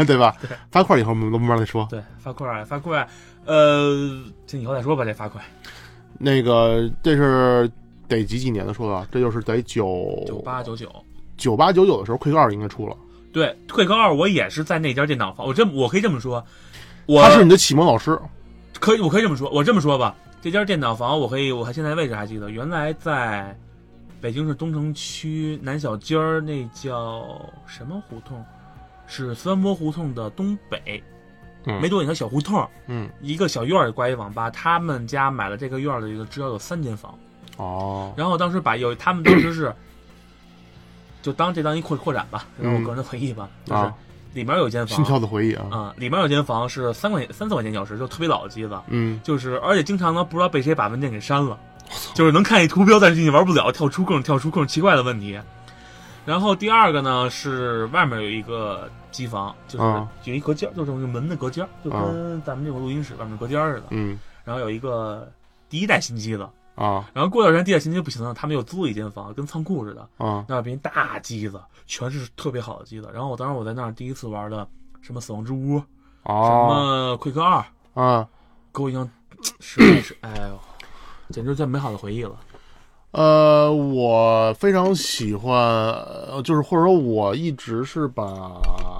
对吧？
对
发块以后我们慢慢再说。
对，发块啊发块，呃，这以后再说吧，这发块
那个这是得几几年的说的啊？这就是得
九
九
八九九。
九八九九的时候，Q 二应该出了。
对，退坑二我也是在那家电脑房，我这么我可以这么说，我
他是你的启蒙老师，
可以我可以这么说，我这么说吧，这家电脑房我可以我还现在位置还记得，原来在北京市东城区南小街儿那叫什么胡同，是苏三坡胡同的东北，
嗯
没多远一条小胡同，
嗯，
一个小院儿挂一网吧，他们家买了这个院儿里的至少有三间房，
哦，
然后当时把有他们当时是就当这当一扩扩展吧，这是我个人的回忆吧，就是
嗯啊，
里面有一间
心
房。
跳的回忆啊，
啊、里面有间房是三块钱三四块钱一小时，就特别老的机子，
嗯，
就是而且经常呢不知道被谁把文件给删了，就是能看一图标，但是进去玩不了，跳出各种跳出各种奇怪的问题。然后第二个呢是外面有一个机房，就是
啊
有一隔间，就是那个门的隔间，就
啊
跟咱们这种录音室外面隔间似的。
嗯
然后有一个第一代新机子，
啊
然后过段时间第一代新机不行了，他们又租了一间房，跟仓库似的，
啊
那边大机子，全是特别好的机子。然后我当时我在那儿第一次玩的什么死亡之屋，什
啊
么奎克二，
啊
给我印 象实在是，哎呦，简直最美好的回忆了。
呃，我非常喜欢，呃就是或者说我一直是把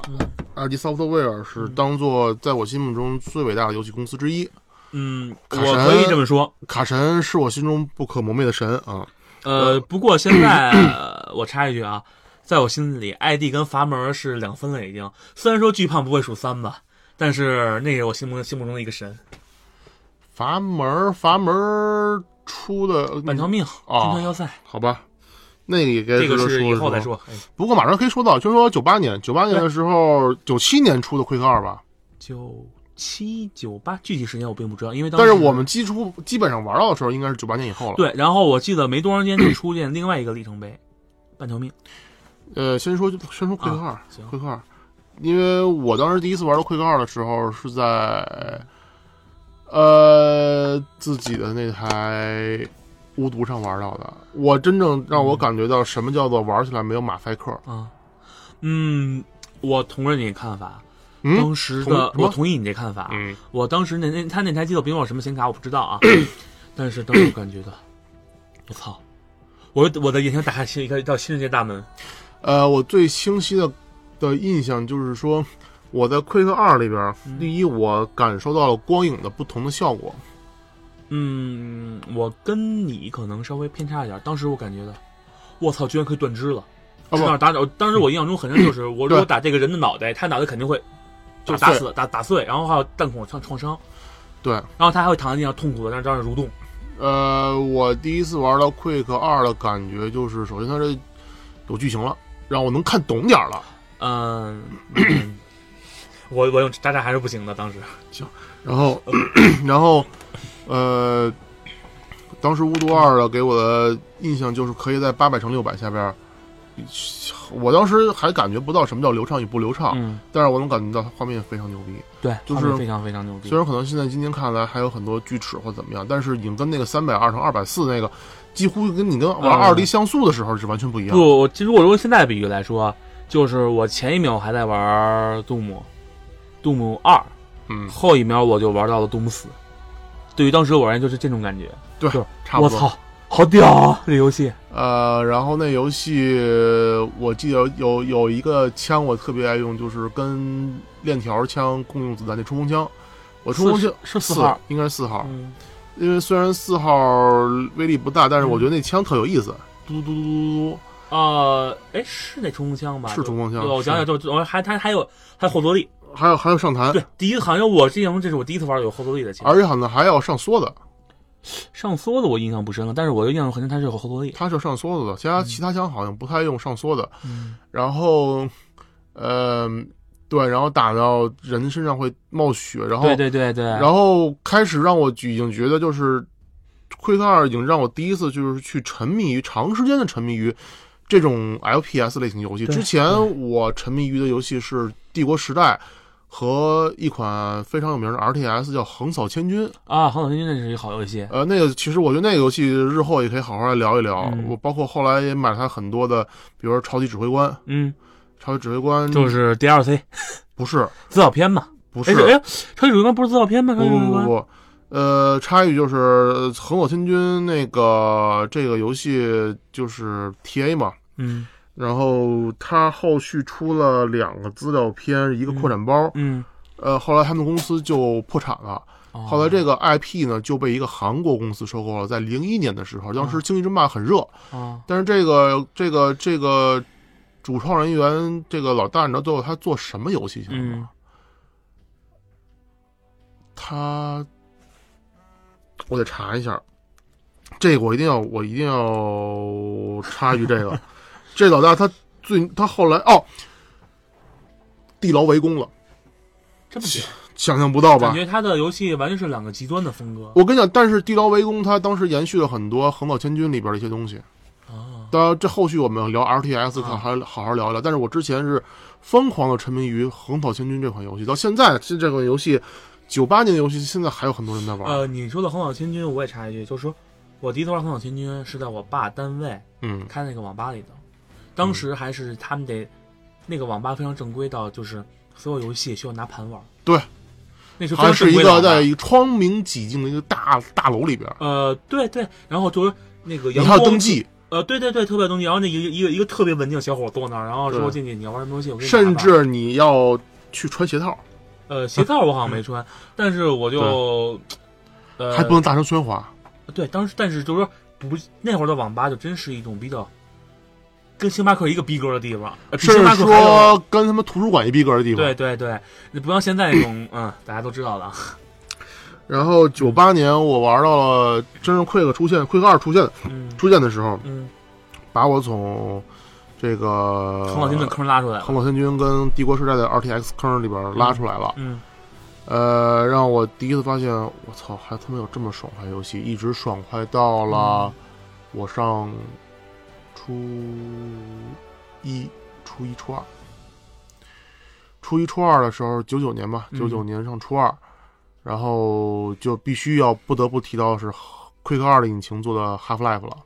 嗯
ID Software 是当做在我心目中最伟大的游戏公司之一。
嗯，
卡神
我可以这么说。
卡神是我心中不可磨灭的神啊，
呃，不过现在呃我插一句啊，在我心里，艾迪跟阀门是两分了已经。虽然说巨胖不会数三吧，但是那是我心目心目中的一个神。
阀门儿阀门儿出的呃
满条命，
哦
金川要塞，
好吧，那个也该
这个
值得
是以
一
后再说。哎
不过马上可以说到，就说九八年，九八年的时候，九七年出的《奎克二》吧，
九七九八，具体时间我并不知道，因为当
但
时
是我们基础基本上玩到的时候，应该是九八年以后了。，
对，然后我记得没多长时间就出现另外一个里程碑，半条命。
呃，先说先说《奎克二》
行
奎克二》，因为我当时第一次玩到《奎克二》的时候是在呃自己的那台巫毒上玩到的。我真正让我感觉到什么叫做玩起来没有马赛克。
啊，嗯，我同意你的看法。
嗯
当时
同
的
什么
我同意你这看法。
嗯，
我当时那那他那台机子，别管我什么显卡，我不知 道啊。但是当时我感觉到，我操！我我的眼前打开新一个一道新世界大门。
呃，我最清晰的的印象就是说，我在《奎克二》里边儿，第一我感受到了光影的不同的效果。
嗯，我跟你可能稍微偏差一点。当时我感觉到，我操，居然可以断肢了！
啊
这哪
不，
儿打倒，当时我印象中很深，就是我如
对
果打这个人的脑袋，他脑袋肯定会就
打
打
碎
死、打打碎，然后还有弹孔创创伤，
对，
然后他还会躺在地上痛苦的在那儿蠕动。
呃，我第一次玩到《Quick 二》的感觉就是，首先它这有剧情了，让我能看懂点儿了。
嗯，嗯我我用渣渣还是不行的，当时
然 后，然后，呃，当时《巫毒二》的给我的印象就是可以在八百乘六百下边儿，我当时还感觉不到什么叫流畅与不流畅，
嗯，
但是我能感觉到画面非常牛逼。
对，
就
画
是
面非常非常牛逼
虽。然可能现在今天看来还有很多锯齿或怎么样，但是已经跟那个三百二乘二百四那个，几乎跟你跟玩
嗯
二 D 像素的时候是完全啊不一样。
不，我其实我如果现在比喻来说，就是我前一秒还在玩杜姆，杜姆二，
嗯，
后一秒我就玩到了杜姆四。对于当时我而言，就是这种感觉。
对
就是，
差不
我
多。
操，好屌啊！这游戏，
呃，然后那游戏我记得有有一个枪我特别爱用，就是跟链条枪共用子弹那冲锋枪。我冲锋枪
是是四
四
号，
应该是四号，
嗯，
因为虽然四号威力不大，但是我觉得那枪特有意思，嘟
嗯
嘟嘟嘟嘟
呃，哎，是那冲锋枪吧？
是冲锋枪
对，我想想，就就还它还有还有后坐力。
嘟，还有还有上弹，
对，第一好像我印象中这是我第一次玩有后坐力的枪。
而且好像还要上梭子，
上梭子我印象不深了，但是我的印象中好像它是有后坐力。
它是有上梭子的，其他其他枪好像不太用上梭子。
嗯
然后，呃，对，然后打到人身上会冒血，然后
对对对对，
然后开始让我已经觉得就是《奎特二》已经让我第一次就是去沉迷于长时间的沉迷于这种 FPS 类型游戏。
对
之前我沉迷于的游戏是《帝国时代》和一款非常有名的 RTS 叫《横扫千军》。
啊，《航海军》那是一个好游戏。
呃，那个其实我觉得那个游戏日后也可以好好来聊一聊。
嗯
我包括后来也买了它很多的，比如说《超级指挥官》，《
嗯，
超级指挥官》
就是 DLC
不是
资料哎片嘛。
嗯不
哎
是
哎，超级主观不是资料片吗？超
不
级
不
主
不
观
不，呃，插一句就是呃《横扫千军》那个这个游戏就是 T A 嘛，
嗯
然后它后续出了两个资料片，一个扩展包，
嗯。
呃，后来他们公司就破产了。
哦
后来这个 IP 呢就被一个韩国公司收购了，在零一年的时候，
嗯
当时《星际争霸》很热，
啊，
但是这个这个这个主创人员这个老大，你知道最后他做什么游戏去了吗？
嗯
他，我得查一下，这个我一定要，我一定要插一句，这个 这老大他最他后来哦，地牢围攻了，
这么久
想象不到
感
吧？
觉他的游戏完全是两个极端的风格
我跟你讲，但是地牢围攻它当时延续了很多《横扫千军》里边的一些东西。
啊。
当然，这后续我们聊 RTS
啊
看还好好聊一聊。但是我之前是疯狂的沉迷于《横扫千军》这款游戏，到现在这这款游戏，九八年的游戏，现在还有很多人在玩。
呃，你说的《横扫千军》，我也插一句，就是说我第一次玩《横扫千军》是在我爸单位
嗯
开那个网吧里的，当时还是他们得那个网吧非常正规到就是所有游戏需要拿盘玩。
对，
那时候
还
非常
是
正
一
规的
个
网吧
在窗明几净的一个大大楼里边，
呃，对对，然后就是那个
你
阳
还要
光
登记，
呃，对对对，特别东西。然后那一个一个一个特别文静的小伙坐那儿，然后说
对
进去你要玩什么游戏，我给你拿
甚
吧
至你要去穿鞋套，
呃鞋套我好像没穿，但是我就呃
还不能大声喧哗。
对，当时但是就是说不那会儿的网吧就真是一种比较跟星巴克一个逼格的地方，呃比
甚
星巴
至
克还要
说跟他们图书馆一逼格的地方。
对对对，你不像现在那 种嗯大家都知道的啊，
然后九八年我玩到了真正 Quick 出现，Quick 二出现
嗯
出现的时候，
嗯，
把我从这个
很好听的坑拉出来了，
横扫千军跟帝国时代的 RTX 坑里边拉出来了。
嗯
呃，让我第一次发现，我操，还他妈有这么爽快游戏，一直爽快到
嗯
了我上初一、初一、初二。初一、初二的时候，九九年吧，
嗯
九九年上初二，然后就必须要不得不提到是《Quick 二》的引擎做的《Half Life》了。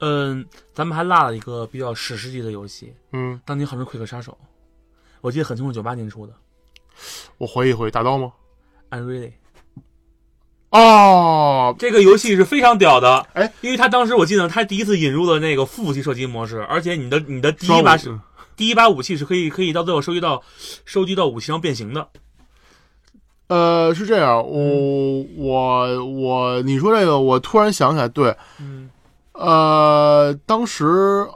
嗯，咱们还落了一个比较史诗级的游戏，
嗯，
当年号称《奎克杀手》，我记得很清楚，九八年出的
我回忆回忆，打到吗？
《Unreal》
哎哦，
这个游戏是非常屌的，
哎，
因为他当时我记得他第一次引入了那个副武器射击模式，而且你的你的第一把
双武
第一把武器是可以可以到最后收集到收集到武器上变形的，
呃，是这样，我、我我，你说这个，我突然想起来，对，
嗯，
呃，当时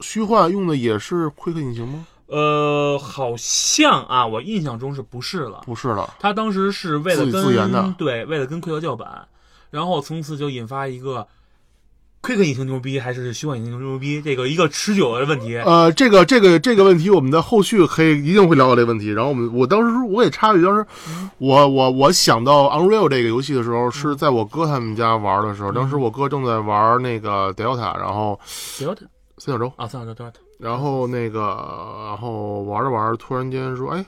虚幻用的也是 Quick 引擎吗？
呃，好像啊，我印象中是不是了？
不是了，
他当时是为了
自己
跟
自研的
对，为了跟奎德叫板，然后从此就引发一个
Quick 引擎牛逼还是虚幻引擎牛逼？这个一个持久的问
哎
题。
呃，这个这个这个问题，我们在后续可以一定会聊到这个问题。然后我们，我当时我也插一句，当时我我我想到 Unreal 这个游戏的时候，是在我哥他们家玩的时候，当时我哥正在玩那个 Delta，然后
Delta
三角洲，
啊，算了算了，Delta
然后那个然后玩着玩着，突然间说，哎，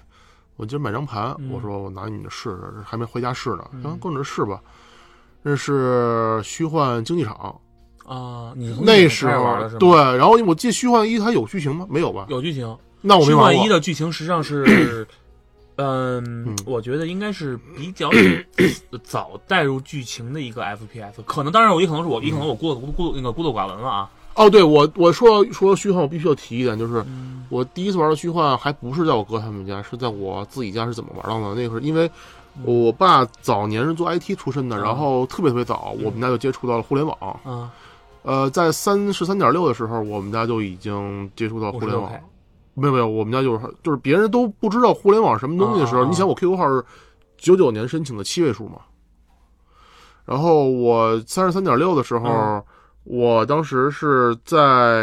我今儿买张盘，
嗯
我说我拿你的试试，还没回家试呢，行，跟着试吧。这是虚幻竞技场，
啊，你从
那时
玩
候
的是吗？
对，，然后我记得虚幻一它有剧情吗？没有吧？
有剧情。
那我没
虚
玩
幻
过
一。的剧情实际 上是，嗯
嗯，
我觉得应该是比较 早带入剧情的一个 FPS，可能当然我也可能是
嗯
我，也可能我孤孤孤那个孤陋寡闻了啊。
哦，对我我说说虚幻，我必须要提一点，就是
嗯
我第一次玩到虚幻，还不是在我哥他们家，是在我自己家是怎么玩到的？那会儿因为我爸早年是做 IT 出身的，
嗯
然后特别特别早，我们家就接触到了互联网。
啊，
呃，在三十三点六的时候，我们家就已经接触到互联网
56 K。
没有没有，我们家就是就是别人都不知道互联网什么东西的时候，
啊啊啊
你想我 QQ 号是九九年申请的七位数嘛，然后我三十三点六的时候，
嗯
我当时是在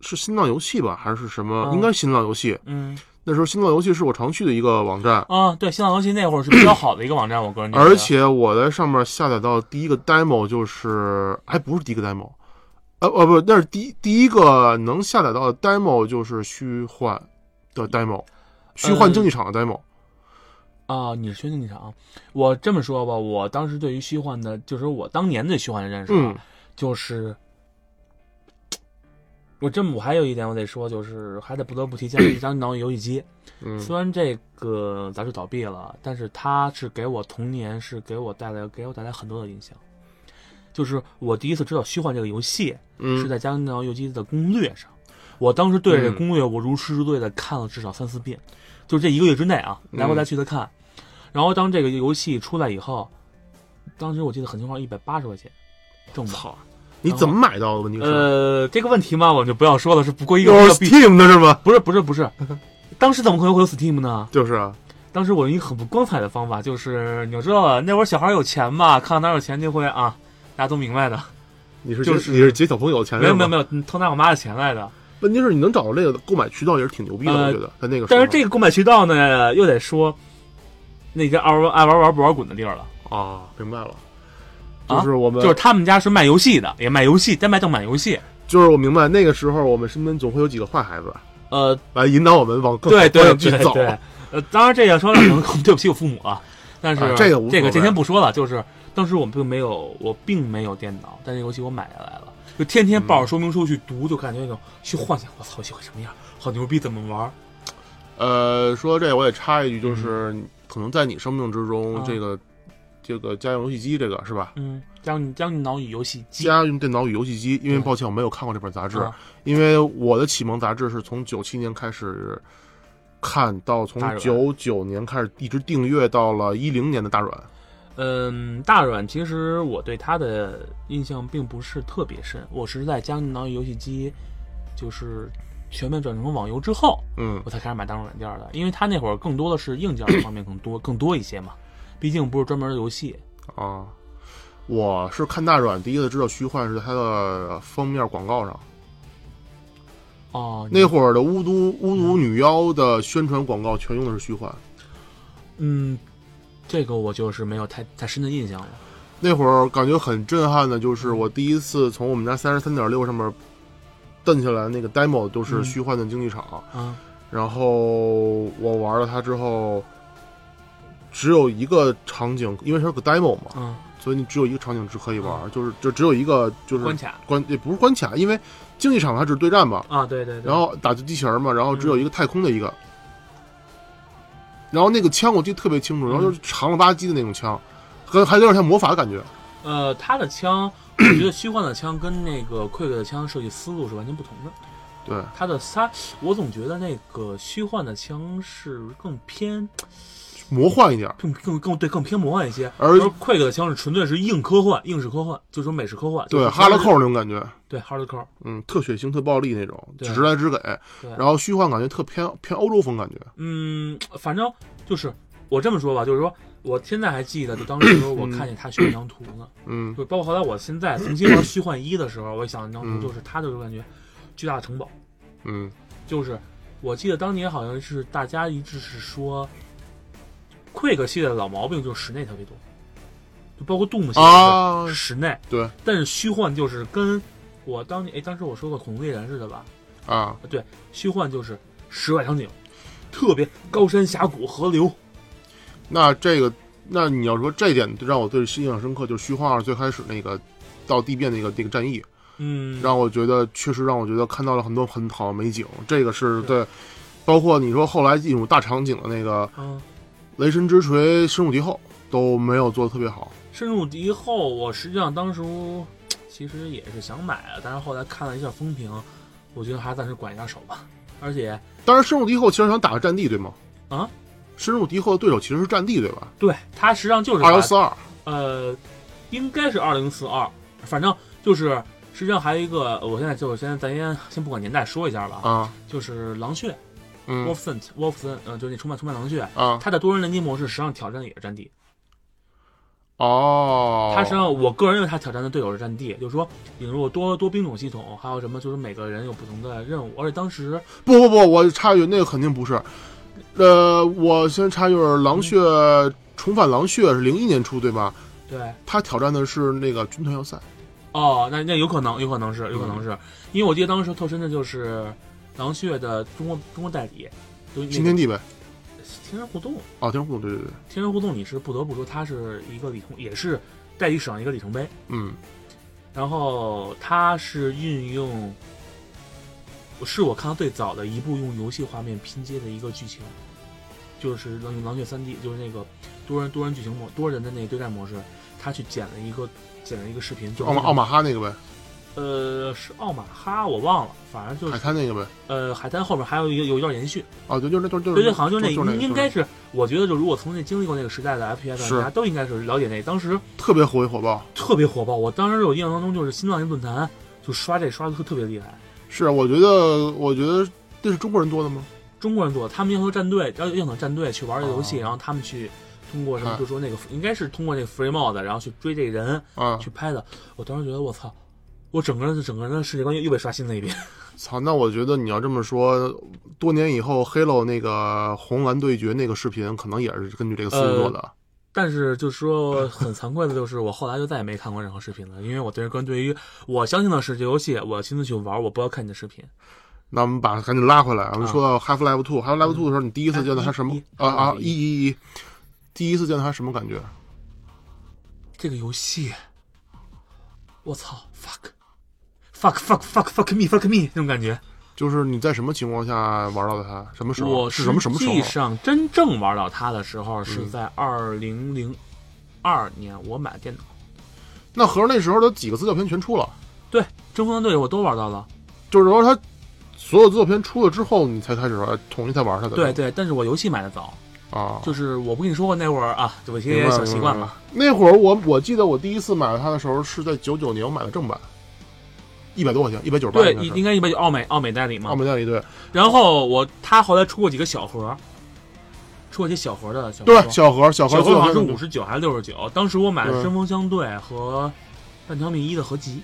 是新浪游戏吧还是什么？
嗯
应该是新浪游戏。
嗯
那时候新浪游戏是我常去的一个网站，
啊，对，新浪游戏那会儿是比较好的一个网站，我个人觉得。
而且我在上面下载到第一个 demo 就是还不是第一个 demo。呃呃不，那是第第一个能下载到的 demo 就是虚幻的 demo，虚幻
嗯
竞技场的 demo。
啊，你是虚拟场，我这么说吧，我当时对于虚幻的，就是我当年对虚幻的认识啊，
嗯
就是我这么我还有一点我得说，就是还得不得不提家里一张脑游戏机，
嗯
虽然这个杂志倒闭了，但是它是给我童年是给我带来给我带来很多的影响。就是我第一次知道虚幻这个游戏是
嗯，
在《加拿大游记》的攻略上，我当时对着这
嗯
攻略我如痴如醉的看了至少三四遍，就这一个月之内啊，
嗯
来回来去的看。然后当这个游戏出来以后，当时我记得很清楚，一百八十块钱正版。
操，你怎么买到的？问题是，
呃，这个问题嘛，我就不要说了，是不过一个
有
比较必
Steam 的是吗？
不是不是不 是，当时怎么可能会有 Steam 呢？
就是啊，
当时我用一个很不光彩的方法，就是你要知道啊，那会儿小孩有钱嘛，看到哪儿有钱就会啊，大家都明白的。
你是
就
就是你是劫小朋友的钱
没有没有
有。
没有，嗯偷拿我妈的钱来的。
问题是你能找到这个购买渠道也是挺牛逼的，
呃
我觉得在那个时
但
候。
是这个购买渠道呢，又得说那个爱玩爱玩玩不玩滚的地儿了。
啊，明白了，
啊
就是我们
就是他们家是卖游戏的，也卖游戏，但卖正版游戏。
就是我明白那个时候我们身边总会有几个坏孩子
呃，
来引导我们往更好
对
的
对
去
对
走。
对，呃，当然这个说了可能 对不起我父母啊，但是、
啊这个无所谓
这个这先不说了，就是当时我并没有我并没有电脑，但是游戏我买下来了，就天天
嗯
抱着说明书去读，就感觉那种去幻想，我操，游戏会什么样，好牛逼，怎么玩？
呃，说到这我也插一句，就是可能在你生命之中
嗯啊，
这个这个家用游戏机这个是吧？
嗯，将你将你脑与游戏机
家用电脑与游戏机，因为
对
抱歉我没有看过这本杂志，
嗯啊
因为我的启蒙杂志是从九七年开始看到，从
大软
九九年开始一直订阅到了一零年的大软。
嗯，大软其实我对他的印象并不是特别深，我是在将你脑与游戏机就是全面转成网游之后，
嗯
我才开始买大众软件的，因为他那会儿更多的是硬件方面更多更多一些嘛，毕竟不是专门的游戏。
啊，我是看大软第一次知道虚幻是它的封面广告上，
哦，你
那会儿的巫毒巫毒女妖的宣传广告全用的是虚幻。
嗯，这个我就是没有太太深的印象了。
那会儿感觉很震撼的，就是
嗯
我第一次从我们家三十三点六上面蹬下来那个 demo，都是
嗯
虚幻的竞技场。
啊，
然后我玩了它之后，只有一个场景，因为它是个 demo 嘛，
嗯，
所以你只有一个场景只可以玩，就是就只有一个就是
关卡
关也不是关卡，因为竞技场它只是对战嘛，
啊，对对对。
然后打机器人嘛，然后只
嗯
有一个太空的一个，然后那个枪我记得特别清楚，
嗯
然后就是长了吧唧的那种枪，和还有点像魔法的感觉，
呃，他的枪，我觉得虚幻的枪跟那个 Quick 的枪设计思路是完全不同的。
对，
他的仨，我总觉得那个虚幻的枪是更偏
魔幻一点。
更更更对更偏魔幻一些，
而
Quick 的枪是纯粹是硬科幻、硬式科幻，就是说美式科幻，就
对，
是
哈拉扣那种感觉，
对 hard core，
嗯，特血腥、特暴力那种，
对
直来直给。
对
然后虚幻感觉特偏偏欧洲风感觉，
嗯，反正就是我这么说吧，就是说我现在还记得，就当 时我看见他选一张图呢，
嗯
就包括后来我现在重新玩虚幻一的时候，我也想到一张图，就是他就是感觉巨大的城堡，
嗯
就是我记得当年好像是大家一致是说，Quick 系列的老毛病就是室内特别多，就包括 Doom 系
啊
列是室内，
对
但是虚幻就是跟我当年哎当时我说过恐龙猎人似的吧，
啊，
虚幻就是室外场景，特别高山峡谷河流，
那这个那你要说这点让我最印象深刻，就是虚幻二最开始那个到地变那个那个战役，
嗯，
让我觉得确实让我觉得看到了很多很好的美景，这个是对，包括你说后来进入大场景的那个
嗯，
雷神之锤深入敌后都没有做的特别好，
深入敌后，我实际上当时其实也是想买啊的，但是后来看了一下风评，我觉得还是暂时管一下手吧。而且，
但是深入敌后其实想打个战地对吗？
啊，
深入敌后的对手其实是战地对吧？
对它实际上就是
二幺
把
四二，
呃，应该是二零四二，反正就是实际上还有一个，我现在就现在咱先先不管年代说一下吧，
啊，
就是狼血、
嗯
Wolfen Wolfen，呃，就是那出卖出卖狼血，
啊，
它的多人联机模式实际上挑战的也是战地，
哦，
它实际上我个人认为它挑战的队友是战地，就是说引入多多兵种系统，还有什么就是每个人有不同的任务，而且当时
不不不，我插一句，那个肯定不是。呃，我先插一句，狼血、重返狼血是零一年出对吧？
对。
他挑战的是那个军团要塞，
哦，那那有可能，有可能是，有可能是，
嗯
因为我记得当时特深的就是狼血的中国中国代理，就是那
新
个
天地呗。
天然互动，
哦，天空，对对对，
天然互动，你是不得不说它是一个里程，也是代理史上一个里程碑。
嗯
然后它是运用，是我看到最早的一部用游戏画面拼接的一个剧情，就是《狼狼血三 D》，就是那个多人多人剧情模多人的那个对战模式，他去剪了一个剪了一个视频，就
奥马奥
马
马哈那个呗，
呃是奥马哈我忘了，反正就是
海滩那个呗。
呃海滩后面还有一个有一段延续，
哦，对，就是那，就是
对
就
对，
是，
好像就是
就
那
那个，
应该是我觉得就如果从那经历过那个时代的 FPS 玩
是
家都应该是了解那当时。
特别火一火爆。
特别火爆。我当时有印象当中，就是新浪一论坛就刷这刷的特特别厉害。
是，我觉得，我觉得这是中国人多的吗？
中国人做，他们要求战队，要要等战队去玩这游戏，
哦
然后他们去通过什么，
啊
就说那个应该是通过那个 free mod，然后去追这人
啊，
去拍的。我当时觉得我操，我整个人整个人的世界观又又被刷新了一遍。
操！那我觉得你要这么说，多年以后 Halo 那个红蓝对决那个视频，可能也是根据这个思路做的。
呃但是就是说很惭愧的就是，我后来就再也没看过任何视频了，因为我对个人对于我相信的是这游戏，我亲自去玩，我不要看你的视频。
那我们把赶紧拉回来，我们
啊哎
说到 Half Life Two、Half Life Two 的时候，你第一次见到它什么
一一？
啊啊，
一
一一一，第一次见到它什么感觉？
这个游戏，我操，fuck，fuck fuck fuck fuck me fuck me 那种感觉。
就是你在什么情况下玩到的它？什么时候？
我
是什么什啊嗯么时
实际
候？
上真正玩到它的时候是在二零零二年，我买电脑，
那合着那时候的几个资料片全出了，
对《征服战队》我都玩到了。
就是说它所有资料片出了之后，你才开始玩，统一才玩它的。
对对，但是我游戏买的早，
啊，
就是我不跟你说过那会儿啊，有一
明
些
白
小习惯。
明白
了。
那会儿我我记得我第一次买它的时候是在九九年，我买的正版，一百多块钱，一百九十八。
对，应该一般就奥美奥美代理嘛
澳。门代理对
然后我他后来出过几个小盒，出过一些小盒的小盒
对，小盒小盒
小
资
盒
料
好像是
片
五十九还是六十九？当时我买的
对
《针锋相对》和《半条命一》的合集。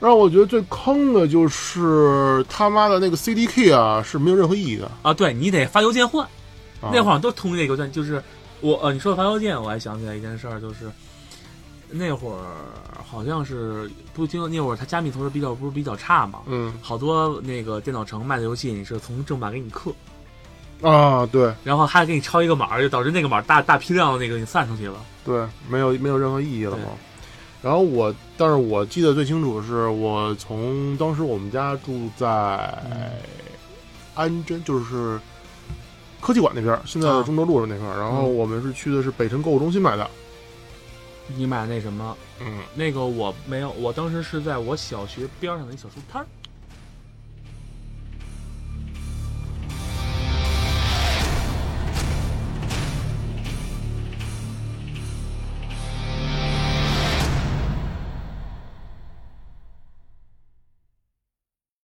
让我觉得最坑的就是他妈的那个 CDK 啊，是没有任何意义的。
啊，对你得发邮件换，
啊
那会儿好像都通这个邮件，就是我呃，你说发邮件，我还想起来一件事儿，就是那会儿好像是不听那会儿他加密同时比较不是比较差嘛，
嗯
好多那个电脑城卖的游戏你是从正版给你刻，
啊，对
然后还给你抄一个码儿，就导致那个码儿大大批量的那个给你散出去了。
对，没有没有任何意义了
对
嘛。然后我，但是我记得最清楚的是，我从当时我们家住
嗯哎
在安贞，就是科技馆那边儿，现在
啊
中州路上那块儿。然后
嗯
我们是去的是北辰购物中心买的。
你买那什么
嗯
那个我没有，我当时是在我小学边儿上的一小书摊儿，